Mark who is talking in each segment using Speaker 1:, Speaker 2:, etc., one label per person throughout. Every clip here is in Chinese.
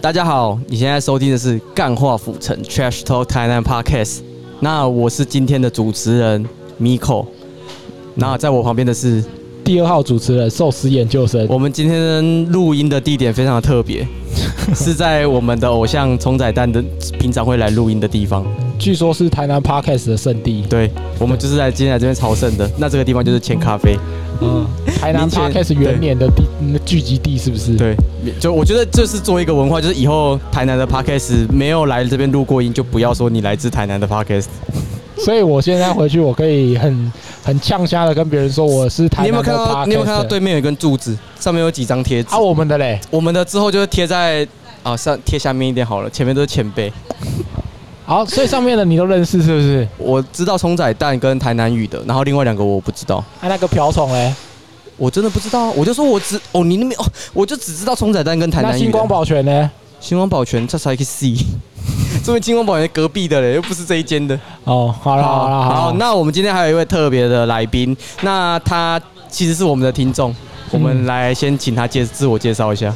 Speaker 1: 大家好，你现在收听的是《干话府城 Trash Talk 台南 Podcast》，那我是今天的主持人 Miko，那在我旁边的是
Speaker 2: 第二号主持人寿司研究生，
Speaker 1: 我们今天录音的地点非常的特别， 是在我们的偶像冲仔蛋的平常会来录音的地方。
Speaker 2: 据说是台南 podcast 的圣地。
Speaker 1: 对，我们就是在今天来这边朝圣的。那这个地方就是千咖啡。
Speaker 2: 嗯，台南
Speaker 1: 明显
Speaker 2: podcast 元年的地嗯聚集地是不是？，
Speaker 1: 对，就我觉得这是做一个文化，就是以后台南的 podcast 没有来这边录过音，就不要说你来自台南的 podcast。
Speaker 2: 所以我现在回去，我可以很很呛瞎的跟别人说我是
Speaker 1: 你
Speaker 2: 台
Speaker 1: 有没
Speaker 2: 南
Speaker 1: 有
Speaker 2: 的
Speaker 1: 看到？
Speaker 2: podcast。
Speaker 1: 你有没有看到对面有一根柱子，上面有几张贴纸
Speaker 2: 啊，？我们的嘞，
Speaker 1: 我们的之后就是贴在啊上贴下面一点好了，前面都是前辈。
Speaker 2: 好，所以上面的你都认识是不是？
Speaker 1: 我知道冲仔蛋跟台南语的，然后另外两个我不知道。
Speaker 2: 啊，那个瓢虫嘞，
Speaker 1: 我真的不知道啊，我就说我只哦，你那边哦，我就只知道冲仔蛋跟台南
Speaker 2: 那
Speaker 1: 语的。
Speaker 2: 星光宝泉呢？
Speaker 1: 星光宝泉，这才个 C，这边星光宝泉隔壁的嘞，又不是这一间的。
Speaker 2: 哦，好了好了好
Speaker 1: 好，
Speaker 2: 了，
Speaker 1: 那我们今天还有一位特别的来宾，那他其实是我们的听众，我们来先请他介自我介绍一下。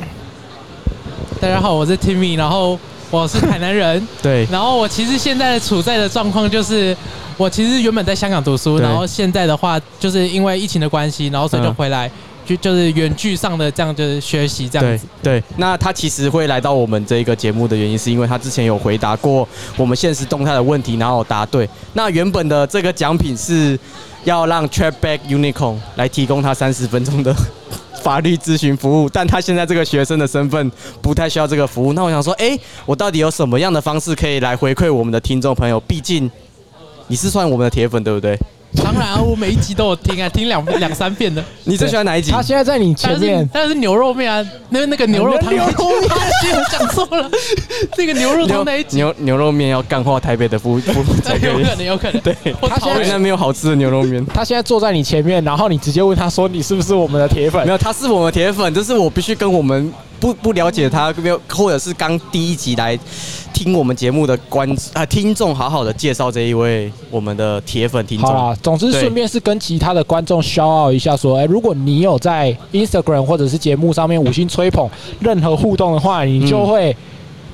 Speaker 3: 大家好，我是 Timmy，然后我是台南人，
Speaker 1: 对，
Speaker 3: 然后我其实现在处在的状况就是，我其实原本在香港读书，
Speaker 1: 对
Speaker 3: 然后现在的话就是因为疫情的关系，然后所以就
Speaker 1: 嗯
Speaker 3: 回来，就就是远距上的这样就是学习这样
Speaker 1: 对
Speaker 3: 子。
Speaker 1: 对，那他其实会来到我们这一个节目的原因，是因为他之前有回答过我们现实动态的问题，然后有答对。那原本的这个奖品是要让 Trackback Unicorn 来提供他三十分钟的 法律咨询服务，但他现在这个学生的身份不太需要这个服务。那我想说，哎，我到底有什么样的方式可以来回馈我们的听众朋友？毕竟你是算我们的铁粉，对不对？
Speaker 3: 当然、啊，我每一集都有听啊，听两两三遍的。
Speaker 1: 你最喜欢哪一集？
Speaker 2: 他现在在你 前
Speaker 3: 但
Speaker 2: 面
Speaker 3: 是，但是牛肉面啊，那那个牛肉汤，
Speaker 2: 牛肉 面
Speaker 3: 我讲错了，那个牛肉汤
Speaker 1: 牛
Speaker 3: 那一 集，
Speaker 1: 牛牛肉面要干化台北的 服务服务才可
Speaker 3: 有
Speaker 1: 以。
Speaker 3: 可能有可能。
Speaker 1: 对，
Speaker 3: 我
Speaker 2: 他现
Speaker 3: 讨
Speaker 2: 在。
Speaker 1: 台
Speaker 3: 厌
Speaker 1: 南没有好吃的牛肉面
Speaker 2: 他现在坐在你前面，然后你直接问他说你是不是我们的铁粉
Speaker 1: 没？有，他是我们铁粉，就是我必须跟我们不不了解他，没有，或者是刚第一集来听我们节目的观啊听众，好好的介绍这一位我们的铁粉听
Speaker 2: 好
Speaker 1: 众。
Speaker 2: 啦，总之
Speaker 1: 对
Speaker 2: 顺便是跟其他的观众 shout out 一下，说，哎、如果你有在 Instagram 或者是节目上面五星吹捧任何互动的话，你
Speaker 1: 嗯
Speaker 2: 就会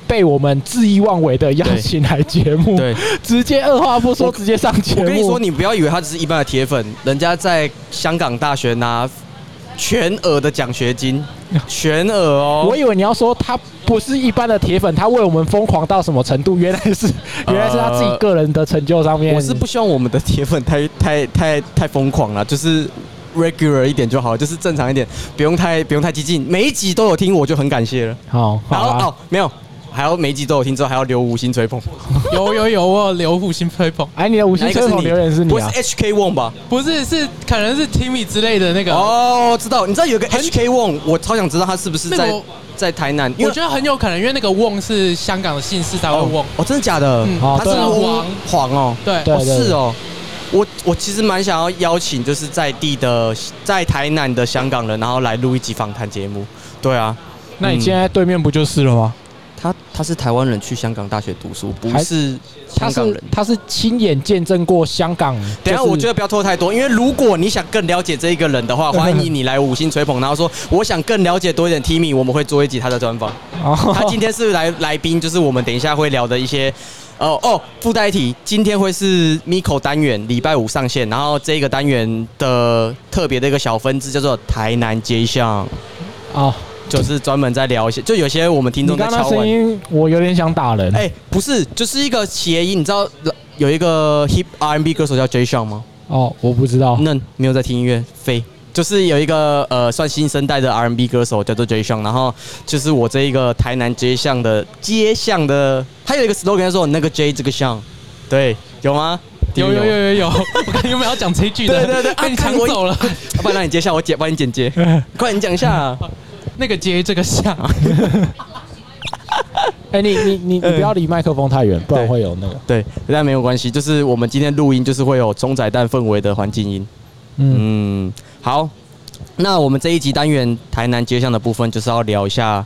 Speaker 2: 被我们恣意妄为的邀请来节目，
Speaker 1: 对，
Speaker 2: 直接二话不说
Speaker 1: 我
Speaker 2: 直接上节目。
Speaker 1: 我跟你说，你不要以为他只是一般的铁粉，人家在香港大学拿全额的奖学 金，全额哦。
Speaker 2: 我以为你要说他不是一般的铁粉，他为我们疯狂到什么程度？原来是
Speaker 1: 呃
Speaker 2: 原来是他自己个人的成就上面。
Speaker 1: 我是不希望我们的铁粉太太太太疯狂了，就是 regular 一点就好，就是正常一点，不用太不用太激进。每一集都有听，我就很感谢了。
Speaker 2: 好，啊
Speaker 1: 然
Speaker 2: 好
Speaker 1: 后
Speaker 2: 啦
Speaker 1: 哦，没有，还要每一集都有听之后还要留五星吹捧，
Speaker 3: 有有有，我有留五星吹捧。
Speaker 2: 哎，你的五星吹捧留言是你
Speaker 1: 不是哎
Speaker 2: 啊？
Speaker 1: HK One 吧？
Speaker 3: 不是，是可能是 Timmy 之类的那
Speaker 2: 啊
Speaker 3: 个。
Speaker 1: 哦，知道，你知道有一个 HK One，我超想知道他是不是
Speaker 3: 那个
Speaker 1: 在
Speaker 3: 我
Speaker 1: 在台南，因
Speaker 3: 我
Speaker 1: 为
Speaker 3: 觉得很有可能，因为那个瓮是香港的姓氏才会瓮
Speaker 1: 哦。，哦，真的假的
Speaker 3: 嗯？
Speaker 2: 哦
Speaker 1: 他是
Speaker 2: 对啊
Speaker 1: 黄黄哦，
Speaker 3: 对，
Speaker 2: 对
Speaker 1: 哦是哦。我我其实蛮想要邀请，就是在地的，在台南的香港人，然后来录一集访谈节目。对啊，
Speaker 2: 那你现在对面不就是了吗？
Speaker 1: 他他是台湾人去香港大学读书，不
Speaker 2: 还
Speaker 1: 是
Speaker 2: 他
Speaker 1: 香港
Speaker 2: 是
Speaker 1: 人。
Speaker 2: 他是亲眼见证过香港。
Speaker 1: 等一下，
Speaker 2: 就是
Speaker 1: 我觉得不要拖太多，因为如果你想更了解这一个人的 话，欢迎你来五星吹捧，然后说我想更了解多一点 Timmy，我们会做一集他的专 访。他
Speaker 2: 哦，
Speaker 1: 今天是来来宾，就是我们等一下会聊的一些。哦哦，附带一提，今天会是 Miko 单元，礼拜五上线，然后这个单元的特别的一个小分支叫做台南街巷，
Speaker 2: 哦，
Speaker 1: 就是专门在聊一些，就有些我们听
Speaker 2: 你
Speaker 1: 众在
Speaker 2: 刚
Speaker 1: 敲
Speaker 2: 刚
Speaker 1: 碗
Speaker 2: 声，音，我有点想打人。
Speaker 1: 哎、不是，就是一个谐音，你知道有一个 hip R&B 歌手叫 J Sean 吗？
Speaker 2: 哦，我不知道。
Speaker 1: 那没有在听音乐，飞。就是有一个呃，算新生代的 R&B 歌手叫做 J 项，然后就是我这一个台南街巷的街巷的，他有一个 slogan 叫做那个 J 这个巷，对，有吗？
Speaker 3: 有有有
Speaker 1: 有，
Speaker 3: 有有， 我看有没有要讲这一句的？
Speaker 1: 对对对啊
Speaker 3: 被你抢走了。
Speaker 1: 不然让你接下，我剪帮你剪接，快点讲一下、啊。
Speaker 3: 那个接这 个像，
Speaker 2: 哎，你你你你不要离麦克风太远，不然会有那个。
Speaker 1: 嗯对，但没有关系，就是我们今天录音就是会有中仔蛋氛围的环境音。
Speaker 2: 嗯，
Speaker 1: 嗯，好，那我们这一集单元台南街巷的部分，就是要聊一下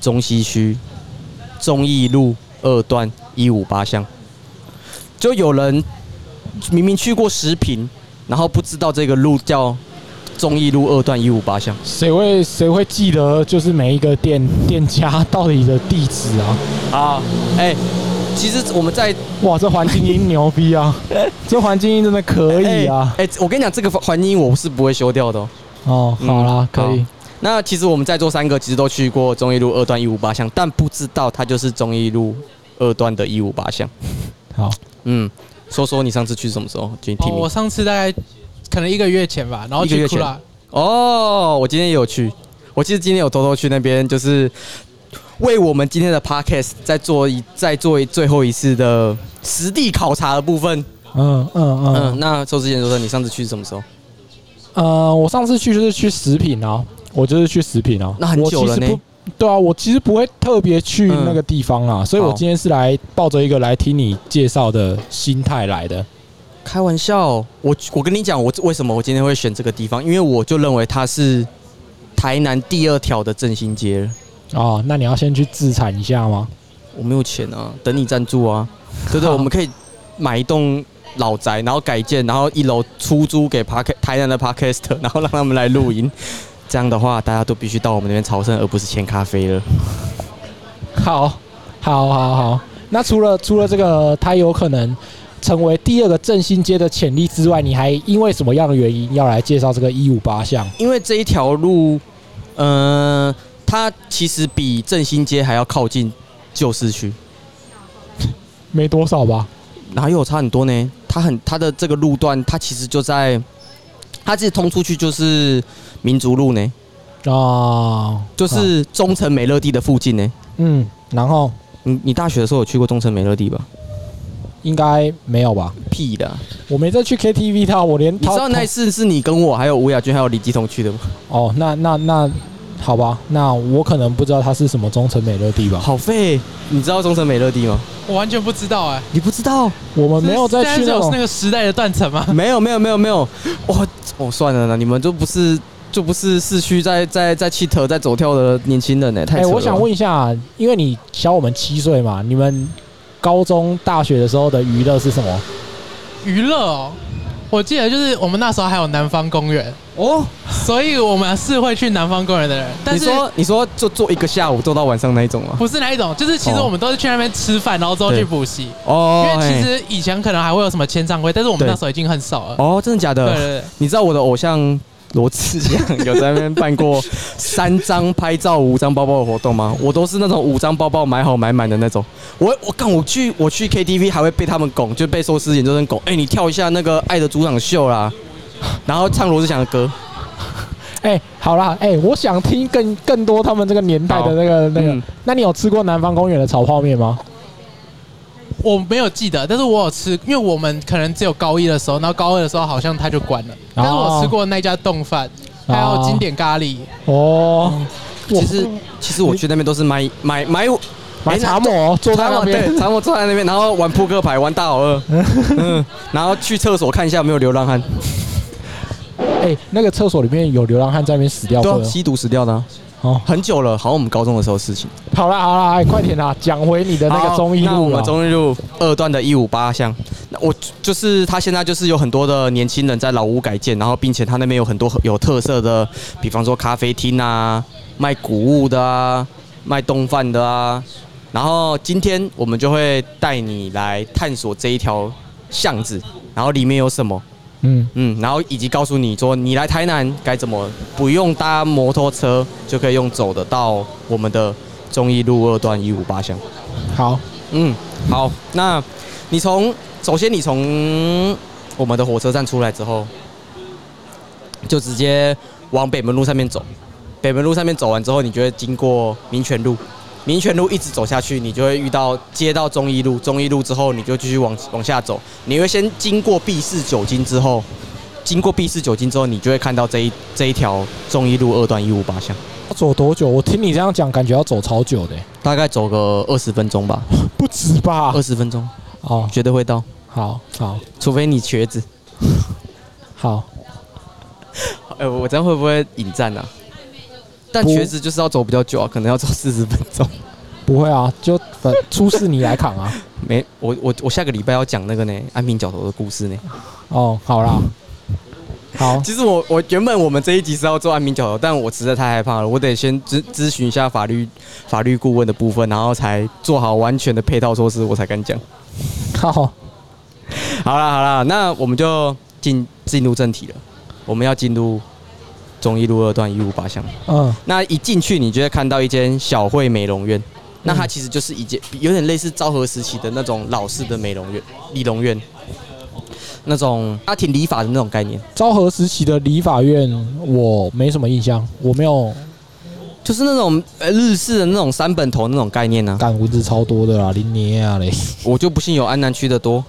Speaker 1: 中西区中义路二段一五八巷。就有人明明去过石屏，然后不知道这个路叫中义路二段一五八巷。
Speaker 2: 谁会谁会记得就是每一个店店家 到底的地址啊？
Speaker 1: 啊，哎、其实我们在
Speaker 2: 哇，这环境音牛逼 啊！这环境音真的可以啊！
Speaker 1: 哎、哎我跟你讲，这个环境我是不会修掉的、哦。
Speaker 2: 哦，
Speaker 1: 嗯
Speaker 2: 好啦，可以
Speaker 1: 好。那其实我们在座三个其实都去过中义路二段一五八巷，但不知道它就是中义路二段的一五八巷。
Speaker 2: 好，
Speaker 1: 嗯，说说你上次去什么时候？请
Speaker 3: 哦，
Speaker 1: 听
Speaker 3: 我
Speaker 1: 你。
Speaker 3: 上次大概可能一个月前吧，然后
Speaker 1: 一个
Speaker 3: 去
Speaker 1: 月
Speaker 3: 库
Speaker 1: 前
Speaker 3: 拉，
Speaker 1: 哦，我今天也有去，我其实今天有偷偷去那边，就是为我们今天的 podcast 再做一再做一最后一次的实地考察的部分。
Speaker 2: 嗯嗯
Speaker 1: 嗯，
Speaker 2: 嗯，
Speaker 1: 那周之前说说你上次去是什么时候？
Speaker 2: 呃，我上次去就是去食品啊，我就是去食品啊。
Speaker 1: 那很久了呢
Speaker 2: 我其实不。对啊，我其实不会特别去
Speaker 1: 嗯
Speaker 2: 那个地方啊，所以我
Speaker 1: 好
Speaker 2: 今天是来抱着一个来听你介绍的心态来的。
Speaker 1: 开玩笑，我我跟你讲，我为什么我今天会选这个地方，因为我就认为它是台南第二条的振兴街了。
Speaker 2: 哦，那你要先去自产一下吗？
Speaker 1: 我没有钱啊，等你赞助啊，对不对？
Speaker 2: 好
Speaker 1: 我们可以买一栋老宅，然后改建，然后一楼出租给 park 台南的 parker，然后让他们来露营。这样的话，大家都必须到我们那边朝圣，而不是签咖啡了。
Speaker 2: 好，好，好，好。那除了除了这个，它有可能成为第二个振兴街的潜力之外，你还因为什么样的原因要来介绍这个一五八巷？
Speaker 1: 因为这一条路，嗯、它其实比振兴街还要靠近旧市区，
Speaker 2: 没多少吧？
Speaker 1: 哪有差很多呢？它很它的这个路段，它其实就在，它其实通出去就是民族路呢，
Speaker 2: 哦，
Speaker 1: 就是中城美乐地的附近呢。
Speaker 2: 嗯，然后
Speaker 1: 你你大学的时候有去过中城美乐地吧？
Speaker 2: 应该没有吧？
Speaker 1: 屁的！
Speaker 2: 我没再去 KTV 它，我连
Speaker 1: 你知道那一次是你跟我还有吴雅君还有李继同去的吗？
Speaker 2: 哦，那那那好吧，那我可能不知道它是什么中城美乐地吧？
Speaker 1: 好废！你知道中城美乐地吗？
Speaker 3: 我完全不知道哎、
Speaker 1: 你不知道？
Speaker 2: 我们没有再
Speaker 3: 现在
Speaker 2: 去那
Speaker 3: 是有那
Speaker 2: 种
Speaker 3: 个时代的断层吗？
Speaker 1: 没有没有没有没有，哦哦算了啦，你们就不是就不是市区在在在气头在走跳的年轻人呢，太
Speaker 2: 哎、
Speaker 1: 扯了。
Speaker 2: 我想问一下，因为你小我们七岁嘛，你们高中、大学的时候的娱乐是什么？
Speaker 3: 娱乐哦，我记得就是我们那时候还有南方 公园，
Speaker 1: 哦，
Speaker 3: 所以我们是会去南方公园的人。但
Speaker 1: 你
Speaker 3: 是
Speaker 1: 说你说就做一个下午做到晚上那一种吗？
Speaker 3: 不是那一种，就是其实
Speaker 1: 哦
Speaker 3: 我们都是去那边吃饭，然后之后
Speaker 1: 对
Speaker 3: 去补习。
Speaker 1: 哦
Speaker 3: 因，为其
Speaker 1: 嘿
Speaker 3: 实以前可能还会有什么签唱会，但是我们
Speaker 1: 对
Speaker 3: 那时候已经很少了。
Speaker 1: 哦真的假
Speaker 3: 对
Speaker 1: 的？
Speaker 3: 对
Speaker 1: 你知道我的偶像罗志祥 有在那边办过三张拍照五张包包的活动吗？我都是那种五张包包买好买满的那种。我我干我去我去 KTV 还会被他们拱，就被寿司研究生拱。哎、你跳一下那个《爱的主场秀》啦，然后唱罗志祥的歌。
Speaker 2: 哎、好啦，哎、我想听更更多他们这个年代的那个那个。
Speaker 1: 嗯
Speaker 2: 那你有吃过南方公园的炒泡面吗？
Speaker 3: 对，我没有记得，但是我有吃，因为我们可能只有高一的时候，然后高二的时候好像它就关了。但是我吃过那家冻饭，还有经典咖喱，
Speaker 2: 哦，哇
Speaker 1: 其实其实我去那边都是买买买哎
Speaker 2: 买
Speaker 1: 那
Speaker 2: 茶抹哦坐在
Speaker 1: 茶
Speaker 2: 那
Speaker 1: 碗
Speaker 2: 边
Speaker 1: 对，茶我坐在那边，然后玩扑克牌，玩大老 二，嗯，然后去厕所看一下有没有流浪汉，
Speaker 2: 哎、那个厕所里面有流浪汉在那边死掉
Speaker 1: 对
Speaker 2: 过
Speaker 1: 啊，
Speaker 2: 的。
Speaker 1: 吸毒死掉的啊、
Speaker 2: 哦，
Speaker 1: 很久了，好像我们高中的时候的事情。
Speaker 2: 好啦好啦，哎、快点啦，讲回你的那个
Speaker 1: 好
Speaker 2: 综艺
Speaker 1: 那我
Speaker 2: 路啊
Speaker 1: 们
Speaker 2: 了。
Speaker 1: 中义路二段的一五八巷，那我就是他现在就是有很多的年轻人在老屋改建，然后并且他那边有很多有特色的，比方说咖啡厅啊，卖谷物的啊，卖冻饭的啊。然后今天我们就会带你来探索这一条巷子，然后里面有什么，
Speaker 2: 嗯，
Speaker 1: 嗯，然后以及告诉你说，你来台南该怎么不用搭摩托车就可以用走的到我们的中义路二段一五八巷。
Speaker 2: 好，
Speaker 1: 嗯，好，那你从首先你从我们的火车站出来之后，就直接往北门路上面走。北门路上面走完之后，你就会经过民权路。民权路一直走下去，你就会遇到接到中一路，中一路之后你就继续往往下走，你会先经过毕氏酒精之后，经过毕氏酒精之后，你就会看到这一这一条中一路二段一五八巷，
Speaker 2: 要走多久？我听你这样讲，感觉要走超久的、
Speaker 1: 大概走个二十分钟吧，
Speaker 2: 不止吧？
Speaker 1: 二十分钟
Speaker 2: 哦，
Speaker 1: 绝对会到，
Speaker 2: 好好
Speaker 1: 除非你瘸子。
Speaker 2: 好，
Speaker 1: 哎、我这样会不会引战啊？但
Speaker 2: 不
Speaker 1: 瘸子就是要走比较久啊，可能要走四十分钟。
Speaker 2: 不会啊，就呃出事你来扛啊。
Speaker 1: 没，我我我下个礼拜要讲那个呢，安平角头的故事呢。
Speaker 2: 哦，好啦，好，
Speaker 1: 其实我我原本我们这一集是要做安眠角头，但我实在太害怕了，我得先咨咨询一下法律法律顾问的部分，然后才做好完全的配套措施，我才敢讲。
Speaker 2: 好，
Speaker 1: 好啦好啦，那我们就进进入正题了，我们要进入中一路二段一五八巷。
Speaker 2: 嗯，
Speaker 1: 那一进去，你就会看到一间小惠美容院。那它其实就是一间有点类似昭和时期的那种老式的美容院、理容院，那种它挺理法的那种概念，
Speaker 2: 昭和时期的理法院我没什么印象，我没有
Speaker 1: 就是那种呃日式的那种三本头那种概念啊呢、
Speaker 2: 干蚊子超多的啦，林尼啊嘞，
Speaker 1: 我就不信有安南区的多。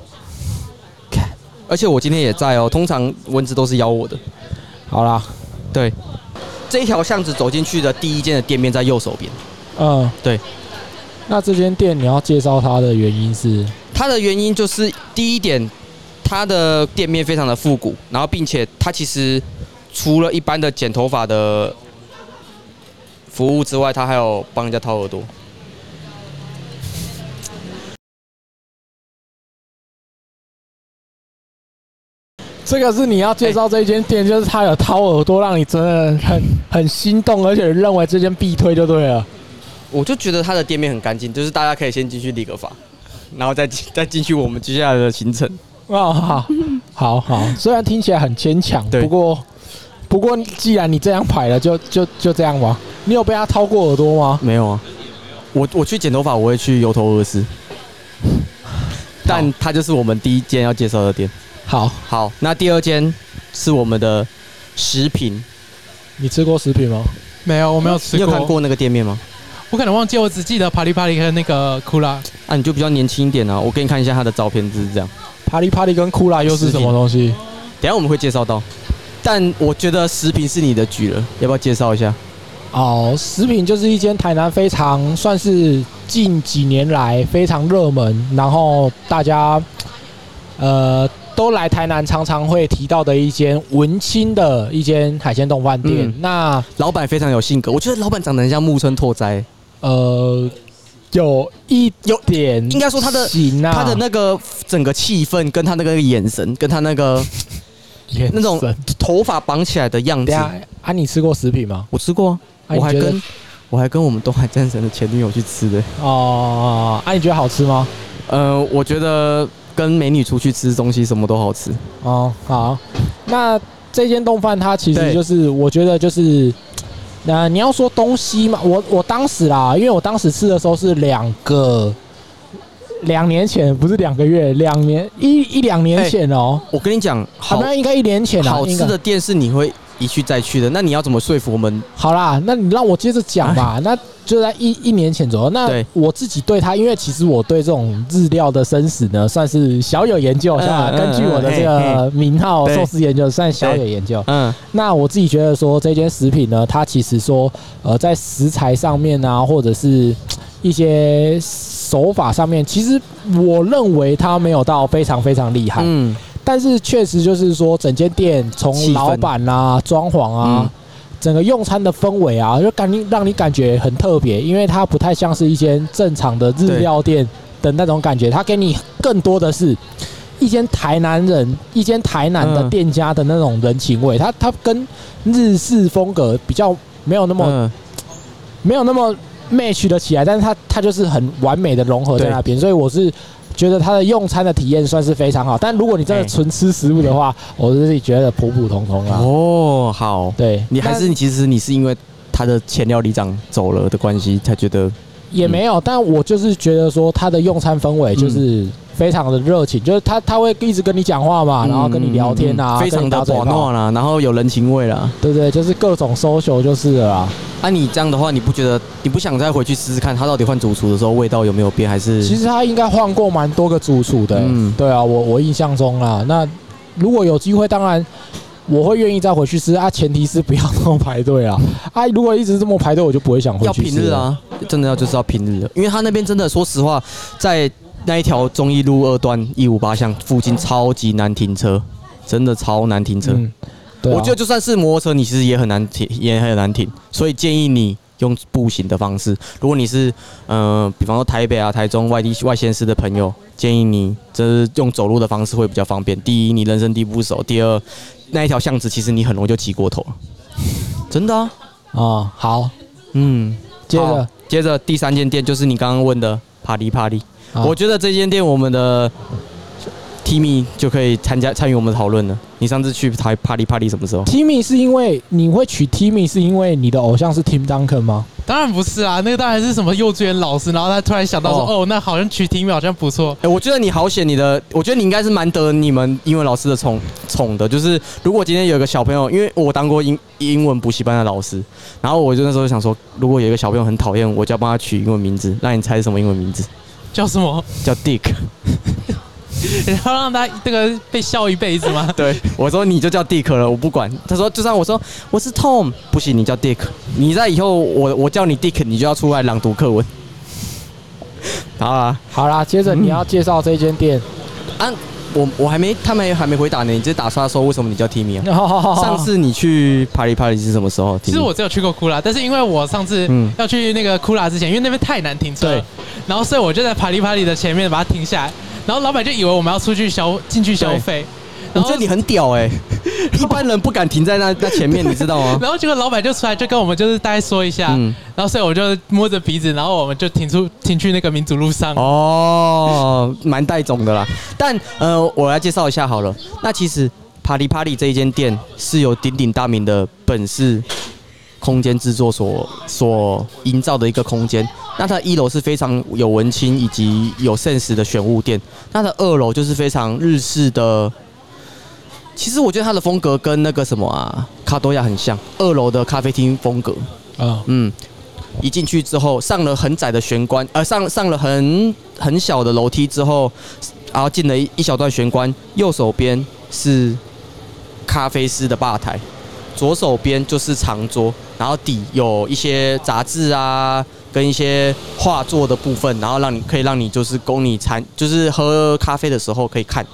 Speaker 1: 而且我今天也在哦，通常蚊子都是咬我的。
Speaker 2: 好啦，
Speaker 1: 对，这一条巷子走进去的第一间的店面在右手边，
Speaker 2: 嗯，
Speaker 1: 对。
Speaker 2: 那这间店你要介绍它的原因是，
Speaker 1: 它的原因就是第一点，它的店面非常的复古，然后并且它其实除了一般的剪头发的服务之外，它还有帮人家掏耳朵。
Speaker 2: 这个是你要介绍这间店，就是它有掏耳朵，让你真的很很心动，而且认为这间必推就对了。
Speaker 1: 我就觉得它的店面很干净，就是大家可以先进去理个发，然后再进再进去我们接下来的行程。
Speaker 2: 哦， 好，好好，虽然听起来很牵强，
Speaker 1: 对
Speaker 2: 不过不过既然你这样排了，就就就这样吧。你有被他掏过耳朵吗？
Speaker 1: 没有啊，我我去剪头发我会去油头俄斯，但它就是我们第一间要介绍的店。
Speaker 2: 好，
Speaker 1: 好，那第二间是我们的食品，
Speaker 2: 你吃过食品吗？
Speaker 3: 没有，我没有吃
Speaker 1: 你
Speaker 3: 过。
Speaker 1: 有看过那个店面吗？
Speaker 3: 我可能忘记，我只记得帕里帕里和那个库拉。
Speaker 1: 啊，你就比较年轻一点啊，我给你看一下他的照片，就是这样。
Speaker 2: 帕里帕里跟库拉又是什么东西？
Speaker 1: 等一下我们会介绍到，但我觉得食品是你的局了，要不要介绍一下？
Speaker 2: 哦，食品就是一间台南非常算是近几年来非常热门，然后大家呃都来台南常常会提到的一间文青的一间海鲜冻饭店。
Speaker 1: 嗯
Speaker 2: 那
Speaker 1: 老板非常有性格，我觉得老板长得很像木村拓哉，
Speaker 2: 呃，有一
Speaker 1: 有
Speaker 2: 点，
Speaker 1: 应该说他的
Speaker 2: 型啊，
Speaker 1: 他的那个整个气氛，跟他那个眼神，跟他那 个
Speaker 2: 眼
Speaker 1: 那种
Speaker 2: 神
Speaker 1: 头发绑起来的样
Speaker 2: 等
Speaker 1: 子，
Speaker 2: 一下啊，你吃过食品吗？
Speaker 1: 我吃过啊、
Speaker 2: 啊、
Speaker 1: 我还
Speaker 2: 你觉得
Speaker 1: 跟我还跟我们东海战神的前女友去吃的。
Speaker 2: 哦，啊，你觉得好吃吗？
Speaker 1: 呃，我觉得跟美女出去吃东西什么都好吃，
Speaker 2: 哦，好，那这间冻饭它其实
Speaker 1: 对
Speaker 2: 就是，我觉得就是，那、你要说东西嘛，我我当时啦，因为我当时吃的时候是两个。两年前不是两个月，两年一一两年前哦、
Speaker 1: 我跟你讲，哎
Speaker 2: 好
Speaker 1: 好
Speaker 2: 像应该一年前啦。
Speaker 1: 好
Speaker 2: 应
Speaker 1: 吃
Speaker 2: 该
Speaker 1: 的店是你会一去再去的，那你要怎么说服我们？
Speaker 2: 好啦，那你让我接着讲吧。那就在一一年前左右，那
Speaker 1: 哎对
Speaker 2: 我自己对它，因为其实我对这种日料的生死呢，算是小有研究，
Speaker 1: 嗯
Speaker 2: 是吧？
Speaker 1: 嗯
Speaker 2: 根据我的这个名号
Speaker 1: 对
Speaker 2: 寿司研究，算小有研究。
Speaker 1: 嗯，
Speaker 2: 那我自己觉得说，这间食品呢，它其实说，呃，在食材上面啊，或者是嘖一些手法上面，其实我认为它没有到非常非常厉害。
Speaker 1: 嗯，
Speaker 2: 但是确实就是说，整间店
Speaker 1: 气
Speaker 2: 从
Speaker 1: 氛
Speaker 2: 老板啊、装潢啊、
Speaker 1: 嗯
Speaker 2: 整个用餐的氛围啊，就感让你感觉很特别，因为它不太像是一间正常的日料店的那种感觉，它给你更多的是一间台南人、一间台南的
Speaker 1: 嗯
Speaker 2: 店家的那种人情味，它它跟日式风格比较没有那么、
Speaker 1: 嗯
Speaker 2: 没有那么 match 的起来，但是它它就是很完美的融合在那边，所以我是觉得它的用餐的体验算是非常好。但如果你真的
Speaker 1: 哎
Speaker 2: 纯吃食物的话，我自己觉得普普通通啦。
Speaker 1: 哦，好，
Speaker 2: 对，
Speaker 1: 你还是其实你是因为他的前料理长走了的关系才觉得，嗯
Speaker 2: 也没有，但我就是觉得说它的用餐氛围
Speaker 1: 嗯
Speaker 2: 就是非常的热情，就是他他会一直跟你讲话嘛，然后跟你聊天啊，
Speaker 1: 嗯非
Speaker 2: 跟
Speaker 1: 常
Speaker 2: 你
Speaker 1: 的
Speaker 2: 打嘴
Speaker 1: 寡
Speaker 2: 炮
Speaker 1: 诺，啦，然后有人情味啦。
Speaker 2: 对对，就是各种 social 就是了啦。
Speaker 1: 啊，你这样的话，你不觉得你不想再回去试试看他到底换主厨的时候味道有没有变，还是
Speaker 2: 其实他应该换过蛮多个主厨的、
Speaker 1: 嗯
Speaker 2: 对啊，我我印象中啦。那如果有机会，当然我会愿意再回去吃啊，前提是不要这么排 队啊。啊，如果一直这么排队，我就不会想回
Speaker 1: 要
Speaker 2: 去
Speaker 1: 平
Speaker 2: 吃
Speaker 1: 日
Speaker 2: 了。
Speaker 1: 啊？真的要就是要平日了，因为他那边真的说实话，在那一条中一路二段一五八巷附近超级难停车，真的超难停车。
Speaker 2: 嗯，对啊、
Speaker 1: 我觉得就算是摩托车，你其实也很难停，也很难停。所以建议你用步行的方式。如果你是呃，比方说台北啊、台中外地外县市的朋友，建议你这是用走路的方式会比较方便。第一，你人生地不熟；第二，那一条巷子，其实你很容易就骑过头 了，真的啊。
Speaker 2: 哦，好，
Speaker 1: 嗯，
Speaker 2: 接
Speaker 1: 好
Speaker 2: 着，
Speaker 1: 接着第三间店就是你刚刚问的帕里帕里，
Speaker 2: 好
Speaker 1: 我觉得这间店我们的 Timmy 就可以参加参与我们的讨论了。你上次去台帕里帕里什么时候？
Speaker 2: Timmy 是因为你会取 Timmy 是因为你的偶像是 Tim Duncan 吗？
Speaker 3: 当然不是啊，那个当然是什么幼稚园老师，然后他突然想到说，
Speaker 1: 哦
Speaker 3: 哦，那好像曲婷好像不错，
Speaker 1: 哎、我觉得你好险，你的，我觉得你应该是蛮得你们英文老师的宠宠的。就是如果今天有一个小朋友，因为我当过英英文补习班的老师，然后我就那时候想说，如果有一个小朋友很讨厌我，我就要帮他取英文名字，让你猜是什么英文名字，
Speaker 3: 叫什么？
Speaker 1: 叫 Dick。
Speaker 3: 然后让他这个被笑一辈子吗？
Speaker 1: 对，我说你就叫 Dick 了，我不管。他说，就算我说我是 Tom，不行，你叫 Dick。你在以后我我叫你 Dick，你就要出来朗读课文。好啊，
Speaker 2: 好啦，接着你要介绍这间店，
Speaker 1: 啊，我我还没，他们还没回答呢。你直接打岔说为什么你叫 Timmy 啊？上
Speaker 2: 上
Speaker 1: 次你去帕里帕里是什么时候？
Speaker 3: 哦其实我只有去过库拉，但是因为我上次
Speaker 1: 嗯
Speaker 3: 要去那个库拉之前，因为那边太难停车，
Speaker 1: 对，
Speaker 3: 然后所以我就在帕里帕里的前面把它停下来，然后老板就以为我们要出去消进去消费，
Speaker 1: 我
Speaker 3: 然
Speaker 1: 觉
Speaker 3: 后
Speaker 1: 得你很屌哎、 一般人不敢停在那那前面，你知道吗？
Speaker 3: 然后结果老板就出来就跟我们就是大概说一下，
Speaker 1: 嗯
Speaker 3: 然后所以我就摸着鼻子，然后我们就停出停去那个民族路上。
Speaker 1: 哦，蛮带种的啦。但呃，我来介绍一下好了。那其实帕里帕里这一间店是由鼎鼎大名的本市空间制作所所营造的一个空间。那它的一楼是非常有文青以及有 sense 的选物店，那它的二楼就是非常日式的。其实我觉得它的风格跟那个什么啊，卡多亚很像，二楼的咖啡厅风格。
Speaker 2: 啊，
Speaker 1: 嗯，一进去之后上了很窄的玄关，呃，上上了很很小的楼梯之后，然后进了一一小段玄关，右手边是咖啡师的吧台，左手边就是长桌，然后底有一些杂志啊。跟一些画作的部分，然后让你可以让你就是供你餐，就是喝咖啡的时候可以看，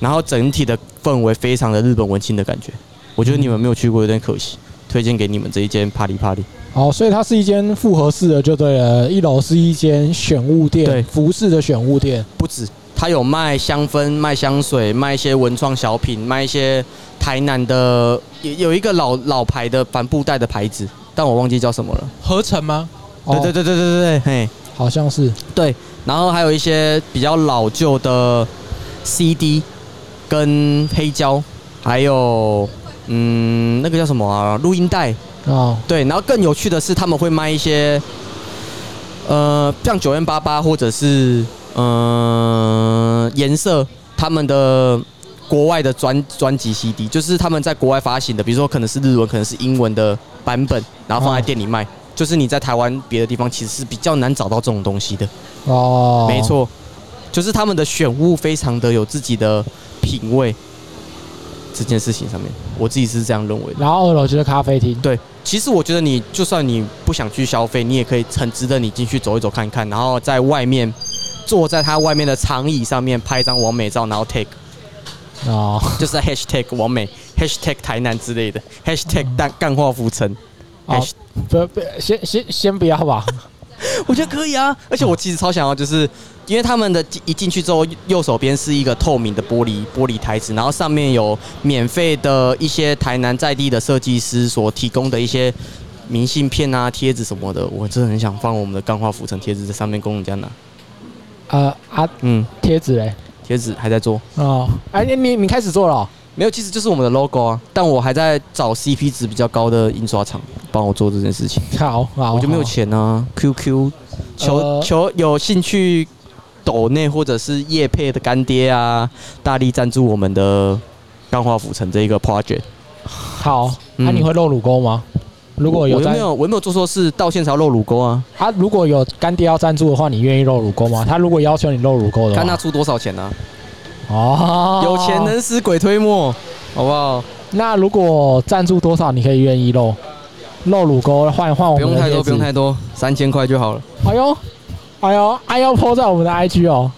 Speaker 1: 然后整体的氛围非常的日本文青的感觉，我觉得你们没有去过有点可惜，推荐给你们这一间帕里帕里。
Speaker 2: 哦，所以它是一间复合式的就对了，一楼是一间选物
Speaker 1: 对
Speaker 2: 店，服饰的选物店，
Speaker 1: 不止，它有卖香氛、卖香水、卖一些文创小品、卖一些台南的有有一个老老牌的帆布袋的牌子，但我忘记叫什么了。
Speaker 3: 合成吗？
Speaker 2: 哦
Speaker 1: 对对，对对对对对，嘿，
Speaker 2: 好像是
Speaker 1: 对。然后还有一些比较老旧的 CD 跟黑胶，还有嗯那个叫什么啊录音带，
Speaker 2: 哦，
Speaker 1: 对，然后更有趣的是，他们会卖一些，呃，像九 N 八八或者是呃颜色，他们的国外的专专辑 CD，就是他们在国外发行的，比如说可能是日文，可能是英文的版本，然后放在店里卖。就是你在台湾别的地方其实是比较难找到这种东西的，
Speaker 2: 哦，
Speaker 1: 没，错，就是他们的选物非常的有自己的品味，这件事情上面，我自己是这样认为的。
Speaker 2: 然后二楼就是咖啡厅，
Speaker 1: 对，其实我觉得你就算你不想去消费，你也可以很值得你进去走一走看看，然后在外面坐在它外面的长椅上面拍一张完美照，然后 take
Speaker 2: 哦，
Speaker 1: 就是 hashtag 完美 hashtag 台南之类的 hashtag 干干化浮沉。
Speaker 2: 哦
Speaker 1: hash-
Speaker 2: 不不，先先先不要 吧，
Speaker 1: 我觉得可以啊，而且我其实超想要，就是因为他们的一进去之后，右手边是一个透明的玻璃玻璃台子，然后上面有免费的一些台南在地的设计师所提供的一些明信片啊、贴纸什么的。我真的很想放我们的钢化浮尘贴纸在上面供人家拿。
Speaker 2: 呃啊，
Speaker 1: 嗯，
Speaker 2: 贴纸嘞，
Speaker 1: 贴纸还在做，
Speaker 2: 哦，哎，你你你开始做了哦，
Speaker 1: 没有，其实就是我们的 logo 啊，但我还在找 CP 值比较高的印刷厂帮我做这件事情。
Speaker 2: 好，好，
Speaker 1: 我就没有
Speaker 2: 好
Speaker 1: 钱啊。QQ 求、
Speaker 2: 呃
Speaker 1: 求有兴趣抖内或者是叶配的干爹啊，大力赞助我们的钢化浮城这一个 project。
Speaker 2: 好，那、
Speaker 1: 嗯
Speaker 2: 你会露乳沟吗？如果有
Speaker 1: 我又
Speaker 2: 赞
Speaker 1: 没有我又没有做错事，到现场露乳沟啊？
Speaker 2: 啊，如果有干爹要赞助的话，你愿意露乳沟吗？他如果要求你露乳沟的
Speaker 1: 看他
Speaker 2: 话，
Speaker 1: 出多少钱啊？
Speaker 2: 哦
Speaker 1: 有钱。能使鬼推磨，好不好？
Speaker 2: 那如果赞助多少，你可以愿意露露乳沟换换我
Speaker 1: 不
Speaker 2: 们
Speaker 1: 用
Speaker 2: 的
Speaker 1: 太
Speaker 2: 贴
Speaker 1: 多，
Speaker 2: 纸
Speaker 1: 不用太多，三千块就好了。
Speaker 2: 哎呦，哎呦，哎呦，泼在我们的 IG 哦。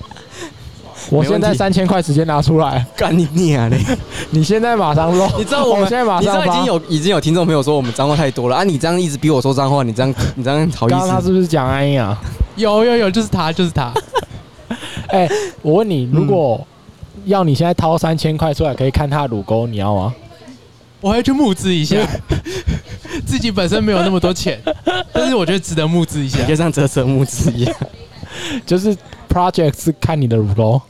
Speaker 2: 我
Speaker 1: 没问
Speaker 2: 现在
Speaker 1: 题
Speaker 2: 三千块直接拿出来，
Speaker 1: 干你娘嘞！哦
Speaker 2: 你现在马上露。
Speaker 1: 你知道我们
Speaker 2: 现在马
Speaker 1: 你知
Speaker 2: 上
Speaker 1: 道已
Speaker 2: 发
Speaker 1: 经有已经有听众朋友说我们脏话太多了啊！你这样一直逼我说脏话，你这样你这样好意
Speaker 2: 刚刚他
Speaker 1: 思？嗯
Speaker 2: 是不是讲安啊雅？
Speaker 3: 有有有，就是他，就是他。
Speaker 2: 哎、我问你，如果要你现在掏三千块出来可以看他的乳沟，你要吗？
Speaker 3: 我还去募 资一下，自己本身没有那么多钱，但是我觉得值得募资一下
Speaker 1: 你。就像折成木子一样。
Speaker 2: 就是 project 是看你的乳沟，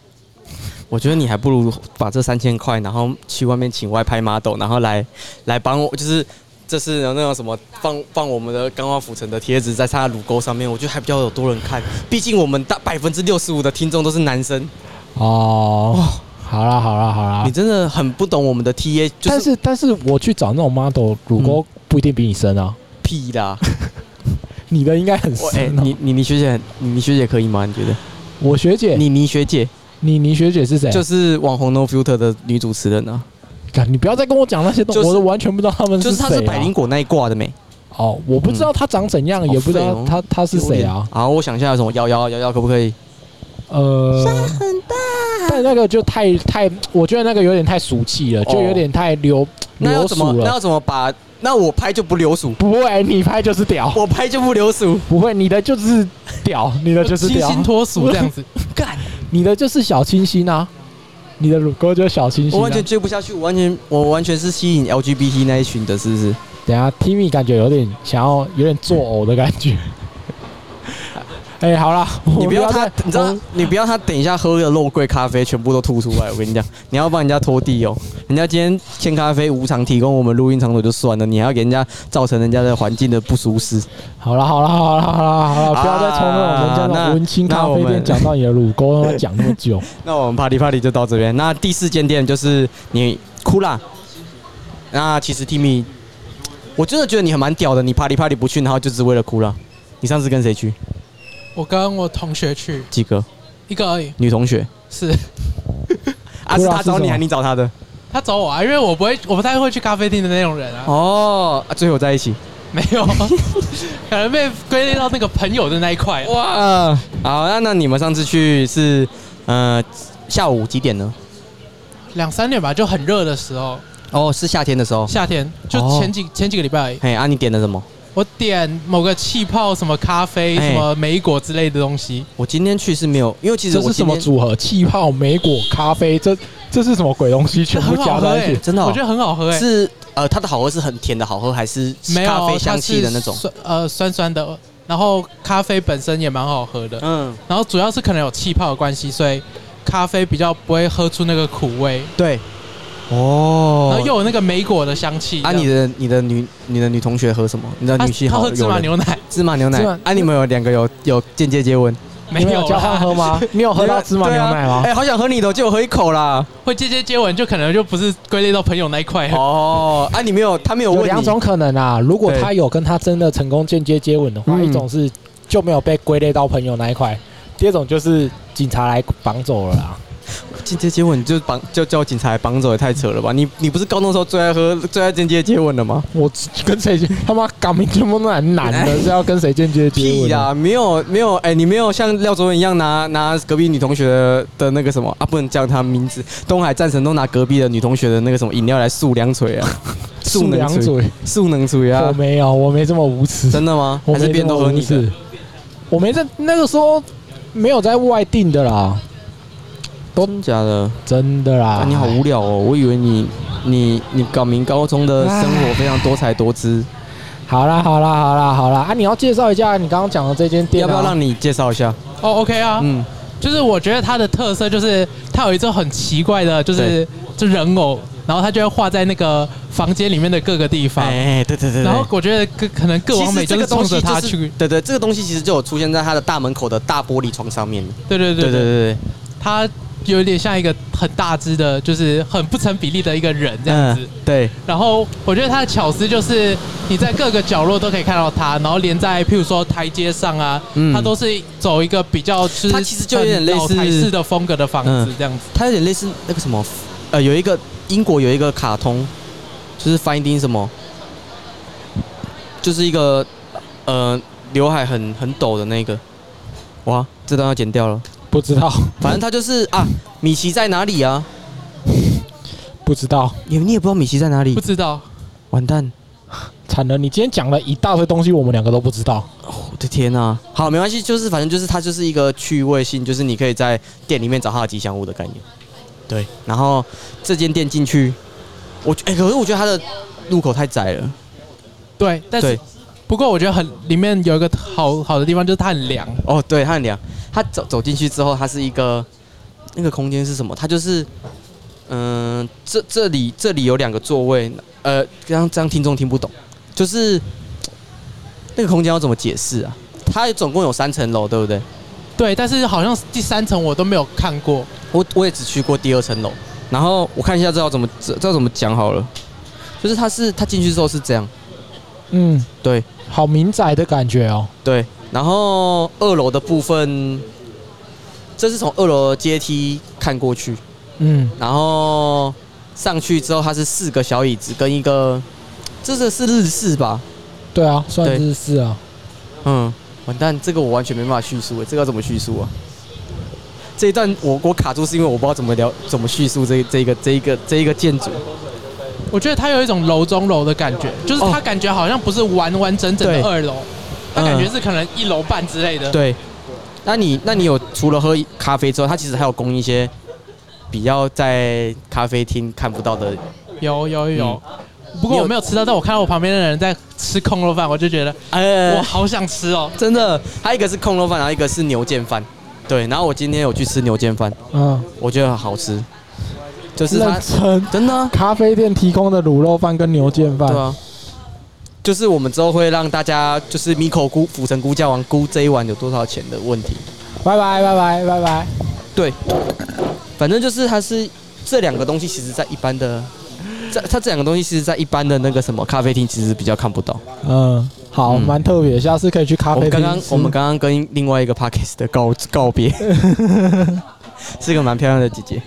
Speaker 1: 我觉得你还不如把这三千块，然后去外面请外拍 model，然后来来帮我，就是这是那种什么放放我们的钢化浮尘的贴纸在他的乳沟上面，我觉得还比较有多人看。毕竟我们大 百分之六十五的听众都是男生，
Speaker 2: 哦，好啦好啦好啦
Speaker 1: 你，真的很不懂我们的 TA，就
Speaker 2: 但
Speaker 1: 是嗯
Speaker 2: 是但是我去找那种 model 乳沟不一定比你深啊，
Speaker 1: 屁 啦。
Speaker 2: 你的应该很
Speaker 1: 我哎、
Speaker 2: 深、啊。
Speaker 1: 你你你学姐，你你学姐可以吗？你觉得？
Speaker 2: 我学姐，你
Speaker 1: 你你学姐
Speaker 2: 你你学姐是谁？
Speaker 1: 就是是网红 No Filter 的女主持人啊，
Speaker 2: 你不要再跟我讲那些东
Speaker 1: 就
Speaker 2: 西，
Speaker 1: 是
Speaker 2: 我都完全不知道他们
Speaker 1: 就是
Speaker 2: 谁、
Speaker 1: 她
Speaker 2: 啊。
Speaker 1: 是百灵果那一挂的没？
Speaker 2: 哦，我不知道他长怎样，
Speaker 1: 嗯
Speaker 2: 也不知
Speaker 1: 好
Speaker 2: 道
Speaker 1: 废哦
Speaker 2: 他他是谁啊？
Speaker 1: 然后我想一下有什么幺幺幺幺可不可以？
Speaker 2: 呃，很大，但那个就太太，我觉得那个有点太俗气了，
Speaker 1: 哦
Speaker 2: 就有点太流
Speaker 1: 那
Speaker 2: 流
Speaker 1: 要怎么
Speaker 2: 俗
Speaker 1: 那
Speaker 2: 了。
Speaker 1: 要怎么把？那我拍就不流俗，
Speaker 2: 不会，你拍就是屌，
Speaker 1: 我拍就不流俗。
Speaker 2: 不会，你的就是屌，你的就是
Speaker 3: 清
Speaker 2: 屌，
Speaker 3: 新脱俗这样子，干
Speaker 2: 你的就是小清新啊，你的乳沟就是小清新、啊。
Speaker 1: 我完全追不下去，我完全我完全是吸引 LGBT 那一群的，是不是？
Speaker 2: 等一下 Timmy 感觉有点想要有点作呕的感觉。 哎、好啦，我
Speaker 1: 你
Speaker 2: 们
Speaker 1: 不要他
Speaker 2: 再，
Speaker 1: 你知道
Speaker 2: 我，
Speaker 1: 你不要他，等一下喝了肉桂咖啡全部都吐出来。我跟你讲，你要帮人家拖地哦。人家今天千咖啡无偿提供我们录音场所就算了，你还要给人家造成人家的环境的不舒适。
Speaker 2: 好了好了好了好了好了，
Speaker 1: 啊
Speaker 2: 不要再从那种人家那
Speaker 1: 那
Speaker 2: 种文青咖啡
Speaker 1: 那我
Speaker 2: 店
Speaker 1: 们
Speaker 2: 讲到你的乳沟，他妈讲那么 久。
Speaker 1: 那我们 Party Party 就到这边。那第四间店就是你哭啦。那其实 Timmy，我真的觉得你很蛮屌的，你 Party Party 不去，然后就只为了哭啦。你上次跟谁去？
Speaker 3: 我跟我同学去
Speaker 1: 几个
Speaker 3: 一个而已，
Speaker 1: 女同学？
Speaker 3: 是
Speaker 1: 啊，
Speaker 2: 哭
Speaker 1: 是
Speaker 2: 啦
Speaker 1: 他
Speaker 2: 是什
Speaker 1: 找你
Speaker 2: 么
Speaker 1: 还是你找他的？
Speaker 3: 他找我啊，因为我不会，我不太会去咖啡厅的那种人啊，
Speaker 1: 哦，啊，最后在一起。
Speaker 3: 没有， 可能被归类到那个朋友的那一块。
Speaker 1: 哇，好，那那你们上次去是呃下午几点呢？
Speaker 3: 两三点吧，就很热的时候，
Speaker 1: 哦，是夏天的时候。
Speaker 3: 夏天就
Speaker 1: 哦
Speaker 3: 前几前几个礼拜而已，
Speaker 1: 嘿，啊，你点的什么？
Speaker 3: 我点某个气泡什么咖啡、
Speaker 1: 哎
Speaker 3: 什么莓果之类的东西，
Speaker 1: 我今天去是没有，因为其实
Speaker 2: 这
Speaker 1: 我
Speaker 2: 是什
Speaker 1: 今
Speaker 2: 么
Speaker 1: 天
Speaker 2: 组合？气泡、莓果、咖啡，这这是什么鬼东西？全部
Speaker 3: 很好
Speaker 2: 加
Speaker 3: 喝
Speaker 2: 在一
Speaker 3: 哎
Speaker 2: 起，
Speaker 1: 真的哦
Speaker 3: 我觉得很好喝哎、
Speaker 1: 是呃它的好喝是很甜的好喝，还是
Speaker 3: 没有
Speaker 1: 咖啡香气的
Speaker 3: 它是
Speaker 1: 那种？
Speaker 3: 酸呃酸酸的，然后咖啡本身也蛮好喝的，
Speaker 1: 嗯，
Speaker 3: 然后主要是可能有气泡的关系，所以咖啡比较不会喝出那个苦味，
Speaker 1: 对。哦
Speaker 3: 然后又有那个莓果的香气。
Speaker 1: 啊，
Speaker 3: 这样
Speaker 1: 你的你的女你的女同学喝什么？你的
Speaker 3: 他
Speaker 1: 女性
Speaker 3: 他
Speaker 1: 好
Speaker 3: 喝
Speaker 1: 友
Speaker 3: 芝麻
Speaker 1: 人
Speaker 3: 牛奶
Speaker 1: 芝麻牛奶
Speaker 2: 芝麻
Speaker 1: 啊，你们有两个有有间接接吻，
Speaker 3: 没
Speaker 2: 你们
Speaker 3: 有啊
Speaker 2: 有交换
Speaker 3: 啦，
Speaker 2: 喝 吗？你哦有喝
Speaker 1: 你
Speaker 2: 到
Speaker 1: 们
Speaker 2: 芝麻牛
Speaker 1: 对啊
Speaker 2: 奶吗
Speaker 1: 哎、？好想喝你的，我借我喝一口啦。
Speaker 3: 会接接接吻就可能就不是归类到朋友那一块。
Speaker 1: 哦，啊，你没有，他没有问
Speaker 2: 哎有
Speaker 1: 你
Speaker 2: 两种可能啊，如果
Speaker 1: 对
Speaker 2: 他有跟他真的成功间接接吻的话，
Speaker 1: 嗯
Speaker 2: 一种是就没有被归类到朋友那一块，第二种就是警察来绑走了啦。
Speaker 1: 间接接吻你就绑就叫警察来绑走也太扯了吧？你你不是高中时候最爱喝最爱间接接吻的吗？
Speaker 2: 我跟谁接他妈港民全部都 男男的，是要跟谁间接接
Speaker 1: 哎屁
Speaker 2: 吻
Speaker 1: 呀、
Speaker 2: 的？
Speaker 1: 没有没有，哎、你没有像廖卓文一样拿拿隔壁女同学的的那个什么啊，不能叫她名字，东海战神都拿隔壁的女同学的那个什么饮料来塑两锤啊，
Speaker 2: 素
Speaker 1: 能
Speaker 2: 两
Speaker 1: 锤，
Speaker 2: 嘴，
Speaker 1: 塑能锤
Speaker 2: 我
Speaker 1: 啊，
Speaker 2: 没有，我没这么无耻。
Speaker 1: 真的吗？
Speaker 2: 我
Speaker 1: 还是
Speaker 2: 没这
Speaker 1: 变
Speaker 2: 么
Speaker 1: 都喝
Speaker 2: 无
Speaker 1: 你的？
Speaker 2: 视，我没在那个时候没有在外订的啦，
Speaker 1: 真假的？
Speaker 2: 真的啦。
Speaker 3: 哎
Speaker 1: 啊，你好无聊哦！我以为你你你港民高中的生活非常多才多姿，
Speaker 2: 好啦好啦好啦好啦啊！你要介绍一下你刚刚讲的这间店、
Speaker 1: 要
Speaker 2: 啊，
Speaker 1: 不要让你介绍一下？
Speaker 3: 哦，OK 啊，
Speaker 1: 嗯，
Speaker 3: 就是我觉得它的特色就是它有一种很奇怪的，就是就人偶，然后它就会画在那个房间里面的各个地方。
Speaker 1: 哎，对对对对。
Speaker 3: 然后我觉得各可能各
Speaker 1: 其
Speaker 3: 网
Speaker 1: 实
Speaker 3: 美
Speaker 1: 这
Speaker 3: 就
Speaker 1: 个
Speaker 3: 是
Speaker 1: 东
Speaker 3: 冲
Speaker 1: 西
Speaker 3: 着它
Speaker 1: 就是
Speaker 3: 去，，
Speaker 1: 对对，这个东西其实就有出现在他的大门口的大玻璃窗上面。
Speaker 3: 对对
Speaker 1: 对对对
Speaker 3: 对对，
Speaker 1: 对，
Speaker 3: 它有点像一个很大只的，就是很不成比例的一个人这样子
Speaker 1: 嗯。，对，
Speaker 3: 然后我觉得它的巧思就是你在各个角落都可以看到它，然后连在譬如说台阶上啊，
Speaker 1: 嗯
Speaker 3: 它都是走一个比较就是
Speaker 1: 它其实就有点类似
Speaker 3: 很老台式的风格的房子
Speaker 1: 嗯
Speaker 3: 这样子。
Speaker 1: 它有点类似那个什么，呃，有一个英国有一个卡通，就是 Finding 什么，就是一个呃刘海很很陡的那个，哇，这段要剪掉了。
Speaker 2: 不知道
Speaker 1: 反正他就是啊，米奇在哪里啊？
Speaker 2: 不知道，
Speaker 1: 你你也不知道米奇在哪里
Speaker 3: 不，知道，
Speaker 1: 完蛋！
Speaker 2: 惨了！你今天讲了一大堆东西，我们两个都不知道。
Speaker 1: 我的天呐、好，没关系，就是反正就是它就是一个趣味性，就是你可以在店里面找它的吉祥物的概念。对，然后这间店进去，我哎、可是我觉得它的入口太窄了，
Speaker 3: 对，但是
Speaker 1: 对，
Speaker 3: 不过我觉得很里面有一个好好的地方就是它很凉，
Speaker 1: 哦，对，它很凉。它走走进去之后，它是一个那个空间是什么？它就是，嗯、这这里这里有两个座位，呃，这样这样听众听不懂，就是嘖那个空间要怎么解释啊？它总共有三层楼，对不对？
Speaker 3: 对，但是好像第三层我都没有看过，
Speaker 1: 我我也只去过第二层楼，然后我看一下这要怎么这这要怎么讲好了，就是它是它进去之后是这样，
Speaker 2: 嗯，
Speaker 1: 对，
Speaker 2: 好民宅的感觉哦。
Speaker 1: 对，然后二楼的部分，这是从二楼的阶梯看过去，
Speaker 2: 嗯，
Speaker 1: 然后上去之后，它是四个小椅子跟一个，这个是日式吧？
Speaker 2: 对啊，算
Speaker 1: 对
Speaker 2: 是是啊。
Speaker 1: 嗯，完蛋，这个我完全没办法叙述，这个要怎么叙述啊？这一段我我卡住是因为我不知道怎么聊怎么叙述这这一个这一个这一个建筑，
Speaker 3: 我觉得它有一种楼中楼的感觉，就是它感觉好像不是完完整整
Speaker 1: 哦对
Speaker 3: 的二楼，它感觉
Speaker 1: 嗯
Speaker 3: 是可能一楼半之类的。
Speaker 1: 对。那你那你有除了喝咖啡之后，它其实还有供一些比较在咖啡厅看不到的
Speaker 3: 有有有。
Speaker 1: 嗯
Speaker 3: 不
Speaker 1: 你
Speaker 3: 过
Speaker 1: 有
Speaker 3: 我没有吃到，但我看到我旁边的人在吃空肉饭，我就觉得
Speaker 1: 呃
Speaker 3: 我好想吃哦。
Speaker 1: 真的，它一个是空肉饭，然后一个是牛腱饭。对，然后我今天有去吃牛腱饭，
Speaker 2: 嗯，
Speaker 1: 我觉得好吃，就是它
Speaker 2: 认真。
Speaker 1: 真的啊、
Speaker 2: 咖啡店提供的卤肉饭跟牛腱
Speaker 1: 对
Speaker 2: 饭，
Speaker 1: 啊，就是我们之后会让大家就是米口菇、府城菇、酱王菇这一碗有多少钱的问题。
Speaker 2: 拜拜拜拜拜拜。
Speaker 1: 对，反正就是它是这两个东西，其实在一般的， 在它这两个东西，其实在一般的那个什么咖啡厅，其实比较看不到。
Speaker 2: 嗯，好，
Speaker 1: 嗯
Speaker 2: 蛮特别，下次可以去咖
Speaker 1: 我们
Speaker 2: 啡厅吃。
Speaker 1: 刚刚我们刚刚跟另外一个 p a c k e s 的告 告别，是个蛮漂亮的姐姐。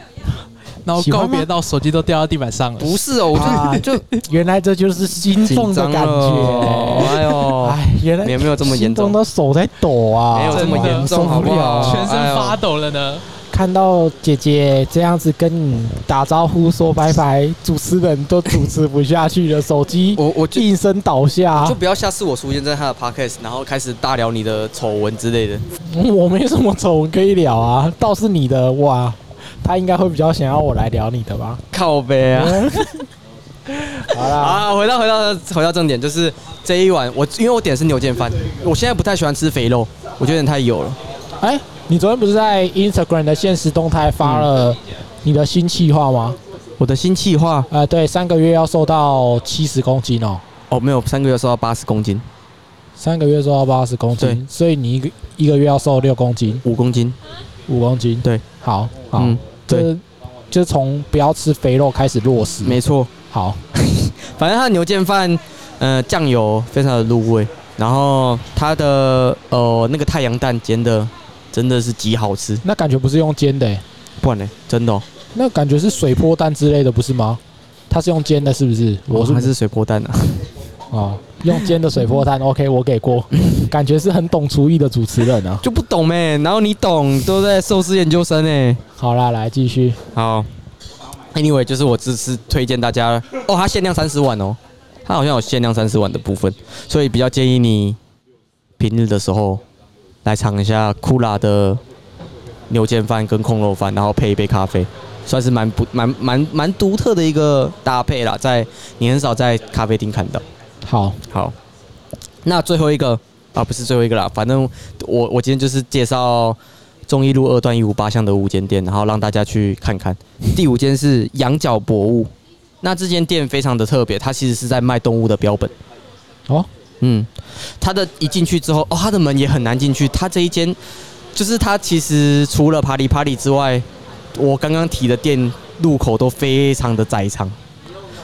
Speaker 3: 然后
Speaker 2: 喜欢
Speaker 3: 告
Speaker 2: 吗
Speaker 3: 别到手机都掉到地板上了。
Speaker 1: 不是哦，我 就、
Speaker 2: 啊
Speaker 1: 就
Speaker 2: 原来这就是心
Speaker 1: 紧
Speaker 2: 动的
Speaker 1: 张
Speaker 2: 感
Speaker 1: 了，
Speaker 2: 觉。
Speaker 1: 哎呦，
Speaker 2: 哎，原来
Speaker 1: 没有没有这么严重
Speaker 2: 心动到手在抖啊，
Speaker 1: 没有这么
Speaker 3: 真的
Speaker 1: 严重，
Speaker 2: 受
Speaker 1: 好
Speaker 2: 不
Speaker 1: 不
Speaker 2: 了
Speaker 1: 好？
Speaker 3: 全身发抖了
Speaker 1: 哎
Speaker 3: 呢。
Speaker 2: 看到姐姐这样子跟你打招呼说拜拜，主持人都主持不下去了，手机
Speaker 1: 哎呦。我我就
Speaker 2: 应声倒下啊
Speaker 1: 就。不要下次我出现在他的 podcast，然后开始大聊你的丑闻之类的。
Speaker 2: 我没什么丑闻可以聊啊，倒是你的哇，他应该会比较想要我来聊你的吧？
Speaker 1: 靠背啊！
Speaker 2: 好啦，
Speaker 1: 啊，回到回到回到正点，就是这一碗我因为我点的是牛腱饭，我现在不太喜欢吃肥肉，我觉得有点太油了。
Speaker 2: 哎，你昨天不是在 Instagram 的现实动态发了你的新计划吗？
Speaker 1: 我的新气话
Speaker 2: 呃，对，三个月要瘦到七十公斤哦，
Speaker 1: 哦，没有三个月瘦到八十公斤，
Speaker 2: 三个月瘦到八十公斤
Speaker 1: 对，
Speaker 2: 所以你一个一个月要瘦六公斤，
Speaker 1: 五公斤。
Speaker 2: 五公斤。
Speaker 1: 对，
Speaker 2: 好，好，
Speaker 1: 嗯，
Speaker 2: 这就从不要吃肥肉开始落实。
Speaker 1: 没错。
Speaker 2: 好，
Speaker 1: 反正它的牛腱饭，呃，酱油非常的入味，然后它的呃那个太阳蛋煎的真的是极好吃，
Speaker 2: 那感觉不是用煎的欸、
Speaker 1: 不然呢，真的、哦，
Speaker 2: 那感觉是水波蛋之类的，不是吗？它是用煎的，是不是？我
Speaker 1: 我
Speaker 2: 是
Speaker 1: 还是水波蛋啊，
Speaker 2: 哦，用煎的水 波蛋。OK，我给过，感觉是很懂厨艺的主持人 啊。
Speaker 1: 就不懂咩，然后你懂，都在寿司研究生哎，
Speaker 2: 好啦，来继续。
Speaker 1: 好，anyway，就是我只是推荐大家，哦，它限量三十万哦，它好像有限量三十万的部分，所以比较建议你平日的时候来尝一下库拉的牛腱饭跟空肉饭，然后配一杯咖啡，算是蛮不蛮蛮蛮独特的一个搭配啦，在你很少在咖啡厅看到。
Speaker 2: 好，
Speaker 1: 好，那最后一个啊，不是最后一个啦，反正我我今天就是介绍中一路二段一五八巷的五间店，然后让大家去看看。第五间是羊角博物，那这间店非常的特别，它其实是在卖动物的标本。
Speaker 2: 哦，
Speaker 1: 嗯，它的一进去之后，哦，它的门也很难进去。它这一间就是它其实除了爬里爬里之外，我刚刚提的店入口都非常的窄长，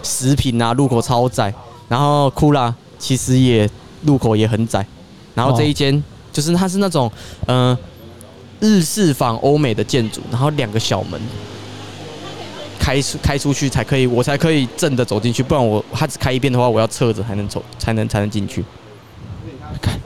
Speaker 1: 食品啊入口超窄，然后库拉其实也入口也很窄，然后这一间、就是它是那种嗯、呃日式仿欧美的建筑，然后两个小门。开出开出去才可以，我才可以正的走进去，不然我它只开一边的话，我要侧着才能走，才能才能进去。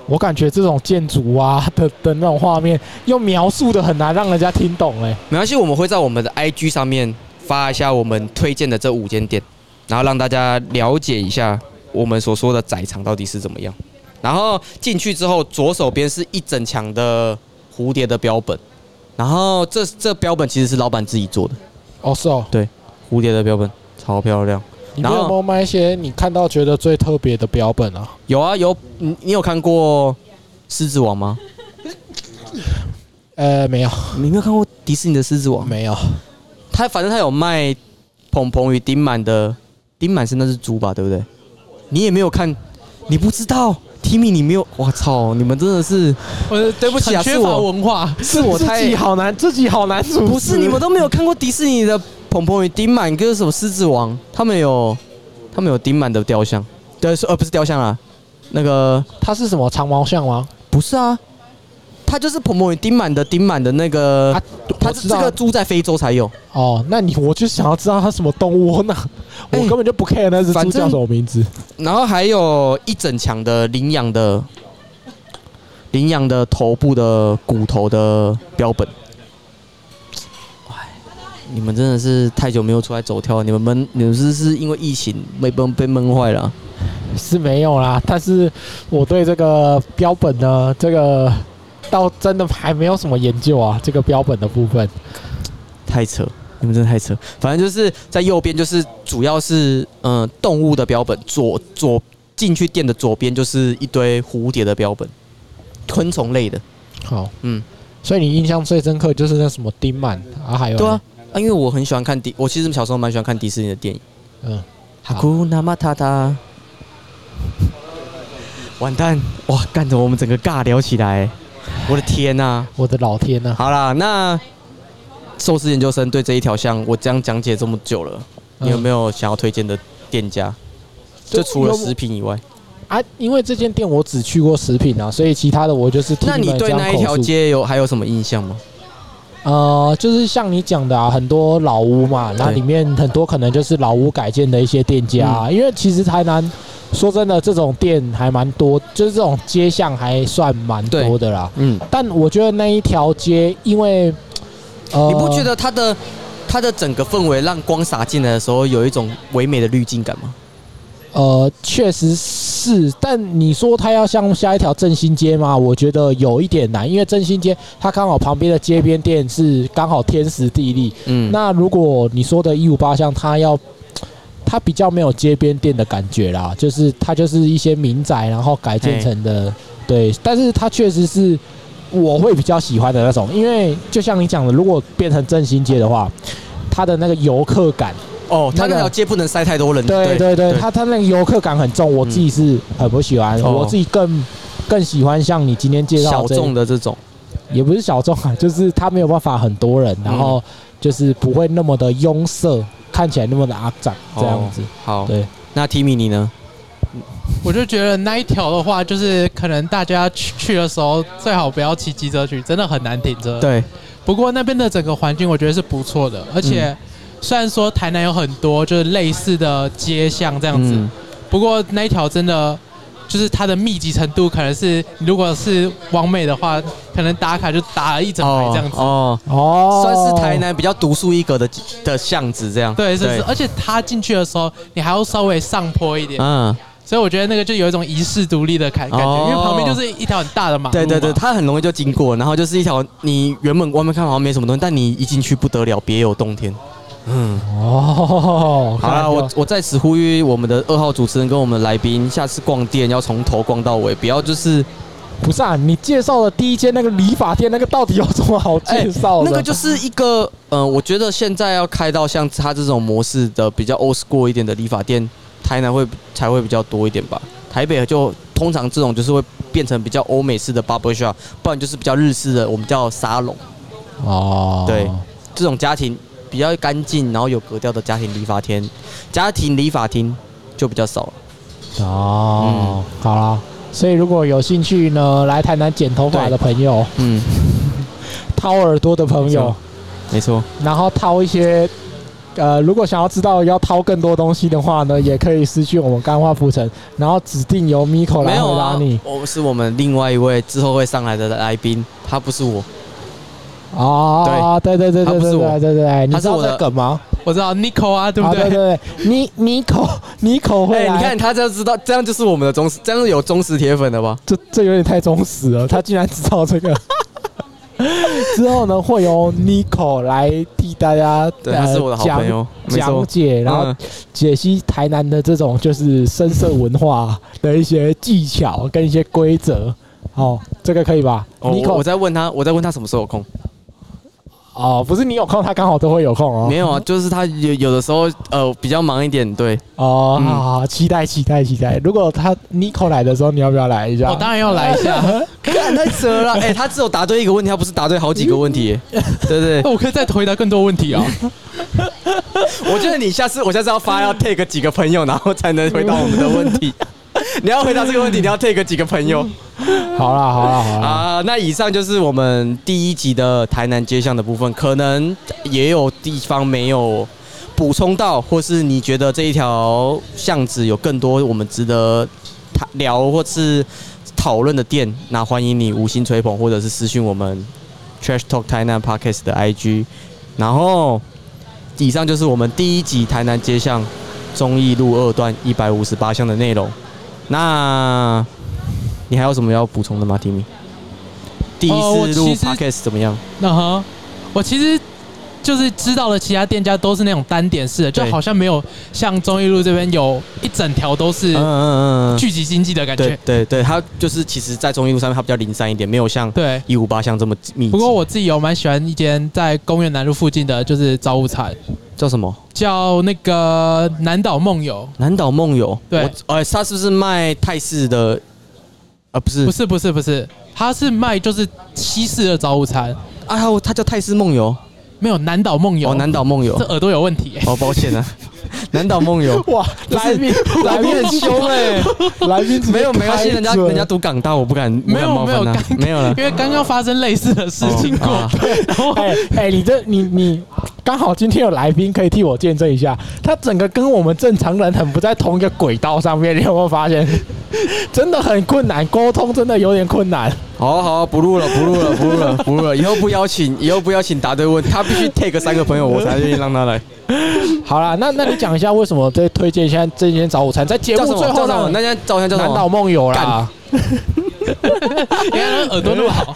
Speaker 2: 我感觉这种建筑啊的的那种画面，用描述的很难让人家听懂哎、
Speaker 1: 没关系，我们会在我们的 IG 上面发一下我们推荐的这五间店，然后让大家了解一下我们所说的窄场到底是怎么样。然后进去之后，左手边是一整墙的蝴蝶的标本，然后这这标本其实是老板自己做的，
Speaker 2: 哦，是哦。
Speaker 1: 蝴蝶的标本超漂亮。
Speaker 2: 你
Speaker 1: 然
Speaker 2: 们
Speaker 1: 后
Speaker 2: 有没有买一些你看到觉得最特别的标本啊？
Speaker 1: 有啊有，你你有看过《狮子王》吗？
Speaker 2: 呃，没有，
Speaker 1: 你没有看过迪士尼的《狮子王》？
Speaker 2: 没有。
Speaker 1: 他反正他有卖鹏鹏与丁满的，丁满是那只猪吧，对不对？你也没有看，你不知道，Timmy 你没有，我操，你们真的是
Speaker 3: 我对不起啊，
Speaker 1: 很缺
Speaker 3: 缺
Speaker 1: 乏
Speaker 3: 乏文化。
Speaker 1: 是我
Speaker 2: 自己
Speaker 1: 太
Speaker 2: 好难，自己好难主持。
Speaker 1: 不是你们都没有看过迪士尼的鹏鹏与丁满跟什么狮子王，他们有他们有丁满的雕像，对，是呃不是雕像啊，那个
Speaker 2: 它是什么长毛象吗？
Speaker 1: 不是啊，他就是鹏鹏与丁满的丁满的那个
Speaker 2: 啊，
Speaker 1: 它
Speaker 2: 我
Speaker 1: 这
Speaker 2: 知
Speaker 1: 这
Speaker 2: 道
Speaker 1: 个猪在非洲才有，
Speaker 2: 哦，那你我就想要知道它什么动物，我哪我
Speaker 1: 哎
Speaker 2: 根本就不 care 那只
Speaker 1: 反
Speaker 2: 猪
Speaker 1: 正
Speaker 2: 叫什么名字。
Speaker 1: 然后还有一整墙的羚羊的羚羊的头部的骨头的标本。哎，你们真的是太久没有出来走跳了，你们闷，你们是不是因为疫情被闷被闷坏了啊、
Speaker 2: 是没有啦，但是我对这个标本呢，这个倒真的还没有什么研究啊。这个标本的部分，
Speaker 1: 太扯，你们真的太扯。反正就是在右边，就是主要是嗯、呃动物的标本，左左进去店的左边就是一堆蝴蝶的标本，昆虫类的。
Speaker 2: 好，
Speaker 1: 嗯，
Speaker 2: 所以你印象最深刻就是那什么丁满啊，还有
Speaker 1: 对啊，，啊，因为我很喜欢看迪，我其实小时候蛮喜欢看迪士尼的电影。
Speaker 2: 嗯，
Speaker 1: 哈库啊纳马塔塔。完蛋！哇，干着我们整个尬聊起来，我的天呐、
Speaker 2: 我的老天呐、
Speaker 1: 好啦，那寿司研究生对这一条项，我这样讲解这么久了，
Speaker 2: 嗯
Speaker 1: 你有没有想要推荐的店家？就除了食品以外，
Speaker 2: 啊，因为这间店我只去过食品啊，所以其他的我就是听
Speaker 1: 那你
Speaker 2: 们
Speaker 1: 对
Speaker 2: 这样
Speaker 1: 那一条
Speaker 2: 口述
Speaker 1: 街有还有什么印象吗？
Speaker 2: 呃，就是像你讲的啊，很多老屋嘛，那里面很多可能就是老屋改建的一些店家、
Speaker 1: 嗯
Speaker 2: 啊，因为其实台南说真的，这种店还蛮多，就是这种街巷还算蛮多的啦。
Speaker 1: 嗯，
Speaker 2: 但我觉得那一条街，因为呃，
Speaker 1: 你不觉得它的它的整个氛围让光洒进来的时候有一种唯美的滤镜感吗？
Speaker 2: 呃，确实是，但你说它要像下一条振兴街吗？我觉得有一点难，因为振兴街它刚好旁边的街边店是刚好天时地利，
Speaker 1: 嗯，
Speaker 2: 那如果你说的一五八巷，它要它比较没有街边店的感觉啦，就是它就是一些民宅，然后改建成的，对，但是它确实是我会比较喜欢的那种，因为就像你讲的，如果变成振兴街的话。它的那个游客感，
Speaker 1: 哦，它
Speaker 2: 那个
Speaker 1: 那条街不能塞太多人。
Speaker 2: 嗯对对对，
Speaker 1: 对
Speaker 2: 它它那个游客感很重，我自己是很不喜欢，
Speaker 1: 哦
Speaker 2: 我自己更更喜欢像你今天介绍
Speaker 1: 小
Speaker 2: 的这一
Speaker 1: 众的这种，
Speaker 2: 也不是小众啊， 就是他没有办法很多人，然
Speaker 1: 嗯
Speaker 2: 后就是不会那么的拥塞，看起来那么的肮脏这样子。
Speaker 1: 哦好，
Speaker 2: 对，
Speaker 1: 那 Timmy 你呢？
Speaker 3: 我就觉得那一条的话，就是可能大家去去的时候最好不要骑机车去，真的很难停车。
Speaker 1: 对，
Speaker 3: 不过那边的整个环境我觉得是不错的，而
Speaker 1: 嗯
Speaker 3: 且虽然说台南有很多就是类似的街巷这
Speaker 1: 这
Speaker 3: 样子，不过那一条真的就是它的密集程度，可能是如果是完美的话，可能打卡就打了一整排这样子。
Speaker 1: 哦，
Speaker 2: 哦，
Speaker 1: 算是台。南比较独树一格的的巷子这样。
Speaker 3: 对，是不是？而且它进去的时候，你还要稍微上坡一点，
Speaker 1: 嗯，
Speaker 3: 所以我觉得那个就有一种遗世独立的感感觉，
Speaker 1: 哦
Speaker 3: 因为旁边就是一条很大的马路
Speaker 1: 对对对，
Speaker 3: 嘛
Speaker 1: 它很容易就经过，然后就是一条你原本外面看好像没什么东西，但你一进去不得了，别有洞天。嗯，
Speaker 2: 哦，
Speaker 1: 好
Speaker 2: 看
Speaker 1: 了，
Speaker 2: 到
Speaker 1: 我我在此呼吁我们的二号主持人跟我们的来宾，下次逛店要从头逛到尾，不要就是
Speaker 2: 不是啊，你介绍的第一间那个理发店，那个到底有什么好介绍的？
Speaker 1: 哎那个就是一个，呃，我觉得现在要开到像他这种模式的比较 old school 一点的理发店，台南会才会比较多一点吧。台北就通常这种就是会变成比较欧美式的 barber shop，不然就是比较日式的，我们叫沙龙
Speaker 2: 哦，
Speaker 1: 对这种家庭比较干净，然后有格调的家庭理发厅，家庭理发厅就比较少了。嗯
Speaker 2: 哦，好啦。所以如果有兴趣呢，来台南剪头发的朋友，
Speaker 1: 嗯，
Speaker 2: 掏耳朵的朋友，
Speaker 1: 没错，
Speaker 2: 然后掏一些，呃，如果想要知道要掏更多东西的话呢，也可以私讯我们干化浮城，然后指定由 Miko
Speaker 1: 没
Speaker 2: 来
Speaker 1: 有
Speaker 2: 回
Speaker 1: 啊
Speaker 2: 答你。，
Speaker 1: 我是我们另外一位之后会上来的来宾，他不是我，
Speaker 2: 哦，对对对
Speaker 1: 他
Speaker 2: 对
Speaker 1: 不
Speaker 2: 对
Speaker 1: 是我
Speaker 2: 对对对，你
Speaker 1: 他
Speaker 2: 知
Speaker 1: 是
Speaker 2: 道
Speaker 1: 我的
Speaker 2: 这梗吗？
Speaker 3: 我知道 Nico 啊，对不
Speaker 2: 啊
Speaker 3: 对？
Speaker 2: 对对对，你你口你口
Speaker 1: 哎、
Speaker 2: 会来，
Speaker 1: 你看他就知道，这样就是我们的忠实，这样有忠实铁粉了吧？
Speaker 2: 这这有点太忠实了，他竟然知道这个。之后呢，会由 Nico 来替大家呃
Speaker 1: 对他是我的好朋友
Speaker 2: 讲
Speaker 1: 没错
Speaker 2: 讲解，然后
Speaker 1: 嗯
Speaker 2: 解析台南的这种就是深色文化的一些技巧跟一些规则。哦，这个可以吧、
Speaker 1: 哦
Speaker 2: n i c
Speaker 1: 我
Speaker 2: o
Speaker 1: 我在问他，我在问他什么时候有空。
Speaker 2: 哦，不是你有空，他刚好都会有空哦
Speaker 1: 没。有啊，就是他有有的时候呃比较忙一点，对，
Speaker 2: 哦，
Speaker 1: 嗯
Speaker 2: 好好好期待期待期待。如果他 Nico 来的时候，你要不要来一下？
Speaker 3: 我当然要来一
Speaker 1: 啊
Speaker 3: 下，
Speaker 1: 干太扯了！ 哎、他只有答对一个问题，他不是答对好几个问 题耶，对不对？
Speaker 3: 哦我可以再回答更多问 题啊。
Speaker 1: 我觉得你下次，我下次要发要 take 几个朋友，然后才能回答我们的问 题。你要回答这个问题，你要 take 几个朋友
Speaker 2: 好啦好啦好啦。
Speaker 1: 啊、那以上就是我们第一集的台南街巷的部分，可能也有地方没有补充到，或是你觉得这一条巷子有更多我们值得谈聊或是讨论的店，那欢迎你无心吹捧，或者是私讯我们 Trash Talk 台南 Podcast 的 IG。然后，以上就是我们第一集台南街巷忠义路二段一百五十八巷的内容。那你还有什么要补充的吗，Timmy？第一
Speaker 3: 哦我
Speaker 1: 次录
Speaker 3: 其实
Speaker 1: Podcast 怎么样？
Speaker 3: 那哈，嗯我其实就是知道的，其他店家都是那种单点式的，就
Speaker 1: 对
Speaker 3: 好像没有像中义路这边有一整条都
Speaker 1: 嗯
Speaker 3: 是
Speaker 1: 嗯嗯嗯，
Speaker 3: 聚集经济呃的感
Speaker 1: 对
Speaker 3: 觉。
Speaker 1: 对对，它就是其实，在忠义路上面它比较零散一点，没有像
Speaker 3: 对，
Speaker 1: 一五八巷这么密集。
Speaker 3: 不过我自己有蛮喜欢一间在公园南路附近的，就是早午餐，
Speaker 1: 叫什么？
Speaker 3: 叫那个南岛梦游。
Speaker 1: 南岛梦游，
Speaker 3: 对
Speaker 1: 我呃，他是不是卖泰式的？啊，不是，
Speaker 3: 不是不是不是，它是卖就是西式的早午餐，
Speaker 1: 啊，他他叫泰式梦游，
Speaker 3: 没有南岛梦游。
Speaker 1: 哦，南岛梦游
Speaker 3: 这，耳朵有问题、欸。
Speaker 1: 哦，抱 歉啊，南岛梦游，
Speaker 2: 哇，
Speaker 1: 不是
Speaker 2: 来宾来宾很凶哎、来宾直接
Speaker 1: 没有没关系，
Speaker 2: 开
Speaker 1: 人家
Speaker 2: 嘴
Speaker 1: 人家读港大，我不敢，
Speaker 3: 没有
Speaker 1: 我不敢
Speaker 3: 没
Speaker 1: 冒犯
Speaker 3: 有
Speaker 1: 他
Speaker 3: 刚
Speaker 1: 没有 了，
Speaker 3: 因为刚刚发生类似的事情过，
Speaker 1: 哦啊
Speaker 3: 然后
Speaker 2: 哎哎，你这你你刚好今天有来宾可以替我见证一下，他整个跟我们正常人很不在同一个轨道上面，你有没有发现？ 真的很困难，沟通真的有点困难。
Speaker 1: 好好，不录了，不录了，不录了，不录了，以后不邀请，以后不邀请答对问，他必须 take 三个朋友，我才愿意让他来。
Speaker 2: 好啦，那那你讲一下为什么这推荐一下这间早午餐，在节
Speaker 1: 叫什
Speaker 2: 目
Speaker 1: 么
Speaker 2: 最后
Speaker 1: 叫什么
Speaker 2: 让
Speaker 1: 那家早餐叫什
Speaker 2: 南岛
Speaker 1: 么？
Speaker 2: 梦游啦
Speaker 1: 干。
Speaker 3: 原来耳朵那么 好，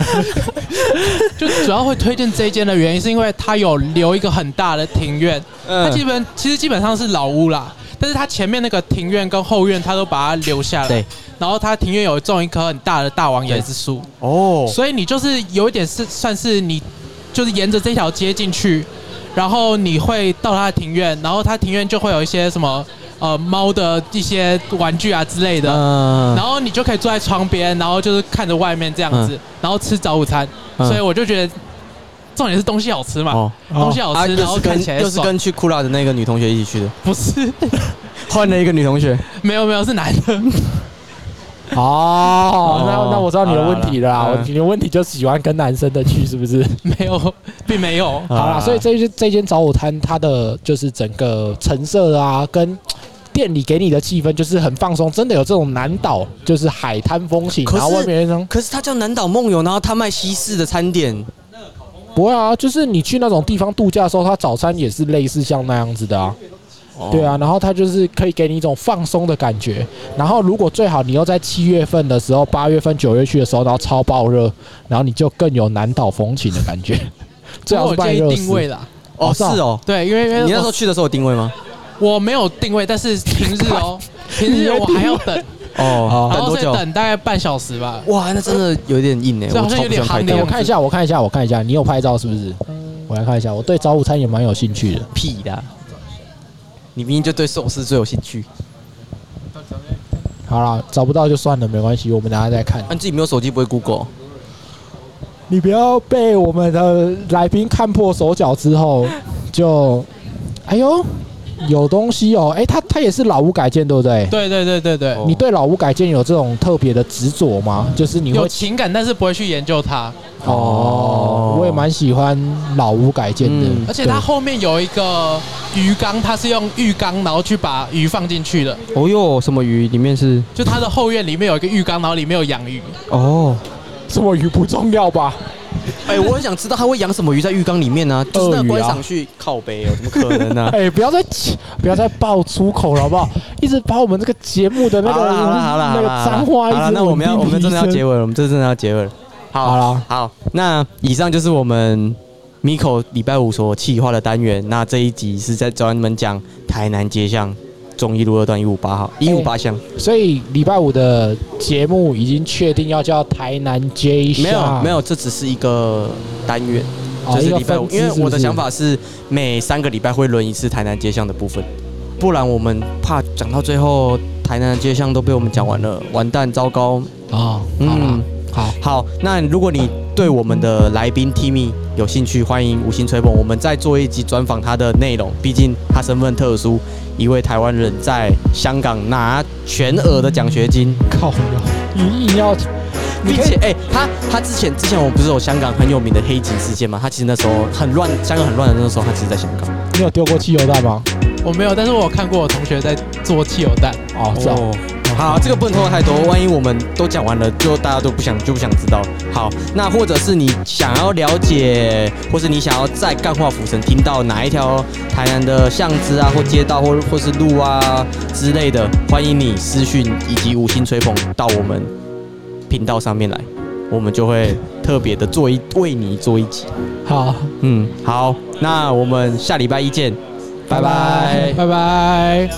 Speaker 3: 就主要会推荐这一间的原因，是因为它有留一个很大的庭院，它基
Speaker 1: 嗯，
Speaker 3: 本其实基本上是老屋啦，但是它前面那个庭院跟后院它都把它留下来，
Speaker 1: 对，
Speaker 3: 然后它庭院有种一棵很大的大王椰子树，
Speaker 1: 哦，
Speaker 3: 所以你就是有一点是算是你就是沿着这条街进去，然后你会到它的庭院，然后它庭院就会有一些什么呃猫的一些玩具啊之类的，
Speaker 1: 嗯
Speaker 3: 然后你就可以坐在窗边，然后就是看着外面这样子，然后吃早午餐。
Speaker 1: 嗯
Speaker 3: 所以我就觉得，重点是东西好吃嘛，
Speaker 1: 哦，
Speaker 3: 东西好
Speaker 1: 啊
Speaker 3: 吃，
Speaker 1: 又
Speaker 3: 然后
Speaker 1: 是
Speaker 3: 看起来
Speaker 1: 跟又是
Speaker 3: 爽。
Speaker 1: 跟去库拉的那个女同学一起去的，
Speaker 3: 不是，
Speaker 1: 换了一个女同学。
Speaker 3: 没有没有是男的，
Speaker 2: 哦
Speaker 1: 哦，
Speaker 2: 那那我知道你的问题了啦，
Speaker 1: 好啦好啦
Speaker 2: 我你的问题就喜欢跟男生的去是不是？
Speaker 3: 没有，并没有。
Speaker 2: 好啦，
Speaker 1: 啊
Speaker 2: 所以这这间早午餐它的就是整个陈设啊，跟店里给你的气氛就是很放松，真的有这种南岛就是海滩风情，
Speaker 1: 可是
Speaker 2: 然后外面那种
Speaker 1: 可是他叫南岛梦游，然后他卖西式的餐点，
Speaker 2: 不会啊，就是你去那种地方度假的时候，它早餐也是类似像那样子的啊，
Speaker 1: 哦
Speaker 2: 对，啊，然后它就是可以给你一种放松的感觉，然后如果最好你又在七月份的时候、八月份、九月去的时候，然后超爆热，然后你就更有南岛风情的感觉，
Speaker 3: 所以
Speaker 2: 最好
Speaker 3: 我
Speaker 2: 是半
Speaker 3: 建
Speaker 2: 热
Speaker 3: 议
Speaker 2: 死
Speaker 3: 定。位啦，
Speaker 1: 哦
Speaker 2: 哦
Speaker 1: 是
Speaker 2: 是
Speaker 1: 哦
Speaker 2: 哦，
Speaker 3: 对，因为因为
Speaker 1: 你那时候
Speaker 3: 我
Speaker 1: 去的时候有定位吗？
Speaker 3: 我没有定位，但是平日 哦，平
Speaker 2: 你
Speaker 3: 日
Speaker 2: 没
Speaker 3: 我还要等，
Speaker 1: 哦，
Speaker 2: 哦
Speaker 3: 然
Speaker 1: 等
Speaker 3: 后
Speaker 1: 多
Speaker 3: 再
Speaker 1: 久？
Speaker 3: 等大概半小时吧。
Speaker 1: 哇，那真的有点硬哎，
Speaker 3: 所
Speaker 1: 我
Speaker 3: 以好像
Speaker 1: 超
Speaker 3: 有
Speaker 1: 不
Speaker 3: 点
Speaker 1: 喜欢拍
Speaker 3: 行
Speaker 2: 哎、
Speaker 1: 照
Speaker 3: 列
Speaker 2: 我 看一下，我看一下，我看一下，你有拍照是不是？我来看一下，我对早午餐也蛮有兴趣的。
Speaker 1: 屁的，你明明就对寿司最有兴趣，
Speaker 2: 好啦，找不到就算了，没关系，我们等下再看
Speaker 1: 啊。你自己没有手机不会 Google
Speaker 2: 你不要被我们的来宾看破手脚之后，就，哎呦，有东西哦。哎、他他也是老屋改建，对不对？
Speaker 3: 对对对对对
Speaker 1: 哦，
Speaker 2: 你对老屋改建有这种特别的执着吗？就是你
Speaker 3: 有
Speaker 2: 会
Speaker 3: 情感，但是不会去研究它。
Speaker 2: 哦，我也蛮喜欢老屋改建的，
Speaker 1: 嗯
Speaker 3: 而且它后面有一个鱼缸，它是用浴缸，然后去把鱼放进去的。
Speaker 1: 哦哟，什么鱼？里面是
Speaker 3: 就它的后院里面有一个浴缸，然后里面有养鱼。
Speaker 1: 哦，
Speaker 2: 什么鱼不重要吧？
Speaker 1: 哎，我很想知道他会养什么鱼在浴缸里面呢？就是那
Speaker 2: 鳄
Speaker 1: 个
Speaker 2: 鱼啊
Speaker 1: 观赏去靠背哦，怎么可能呢？
Speaker 2: 哎、不要再起不要再爆粗口了，好不好？一直把我们这个节目的那个
Speaker 1: 啊好 了好了好了好
Speaker 2: 那个
Speaker 1: 了，
Speaker 2: 脏话一
Speaker 1: 好了
Speaker 2: 直
Speaker 1: 那我们要我们真的要结
Speaker 2: 尾。
Speaker 1: 尾了，我们这真的要结尾了。好，
Speaker 2: 好了
Speaker 1: 好，那以上就是我们 Miko 礼拜五所企划的单元。那这一集是在专门讲台南街巷中一路二段一五八号一五八巷，
Speaker 2: 所以礼拜五的节目已经确定要叫台南街巷，
Speaker 1: 没有没有，这只是一个单元。
Speaker 2: 哦，
Speaker 1: 就是
Speaker 2: 一个
Speaker 1: 礼拜五
Speaker 2: 分，支
Speaker 1: 因为我的
Speaker 2: 是不是
Speaker 1: 想法是每三个礼拜会轮一次台南街巷的部分，不然我们怕讲到最后台南的街巷都被我们讲完了，完蛋，糟糕。
Speaker 2: 哦，好啦
Speaker 1: 嗯，
Speaker 2: 好，
Speaker 1: 好，那如果你对我们的来宾 Timmy 有兴趣，欢迎五星吹捧，我们再做一集专访他的内容，毕竟他身份特殊，一位台湾人在香港拿全额的奖学金，
Speaker 2: 靠腰，你硬要，你
Speaker 1: 并
Speaker 2: 可
Speaker 1: 且
Speaker 2: 以
Speaker 1: 哎、他他之前之前我们不是有香港很有名的黑警事件吗？他其实那时候很乱，香港很乱的那时候，他其实在香港。
Speaker 2: 你有丢过汽油弹吗？
Speaker 3: 我没有，但是我有看过我同学在做汽油弹。
Speaker 2: 哦，是哦，
Speaker 1: 好，这个不能透露太多，万一我们都讲完了，最后大家都不想就不想知道。好，那或者是你想要了解，或是你想要在干化浮神听到哪一条台南的巷子啊，或街道或或是路啊之类的，欢迎你私讯以及五星吹捧到我们频道上面来，我们就会特别的做一为你做一集。
Speaker 2: 好，
Speaker 1: 嗯，好，那我们下礼拜一见，拜拜
Speaker 3: 拜拜。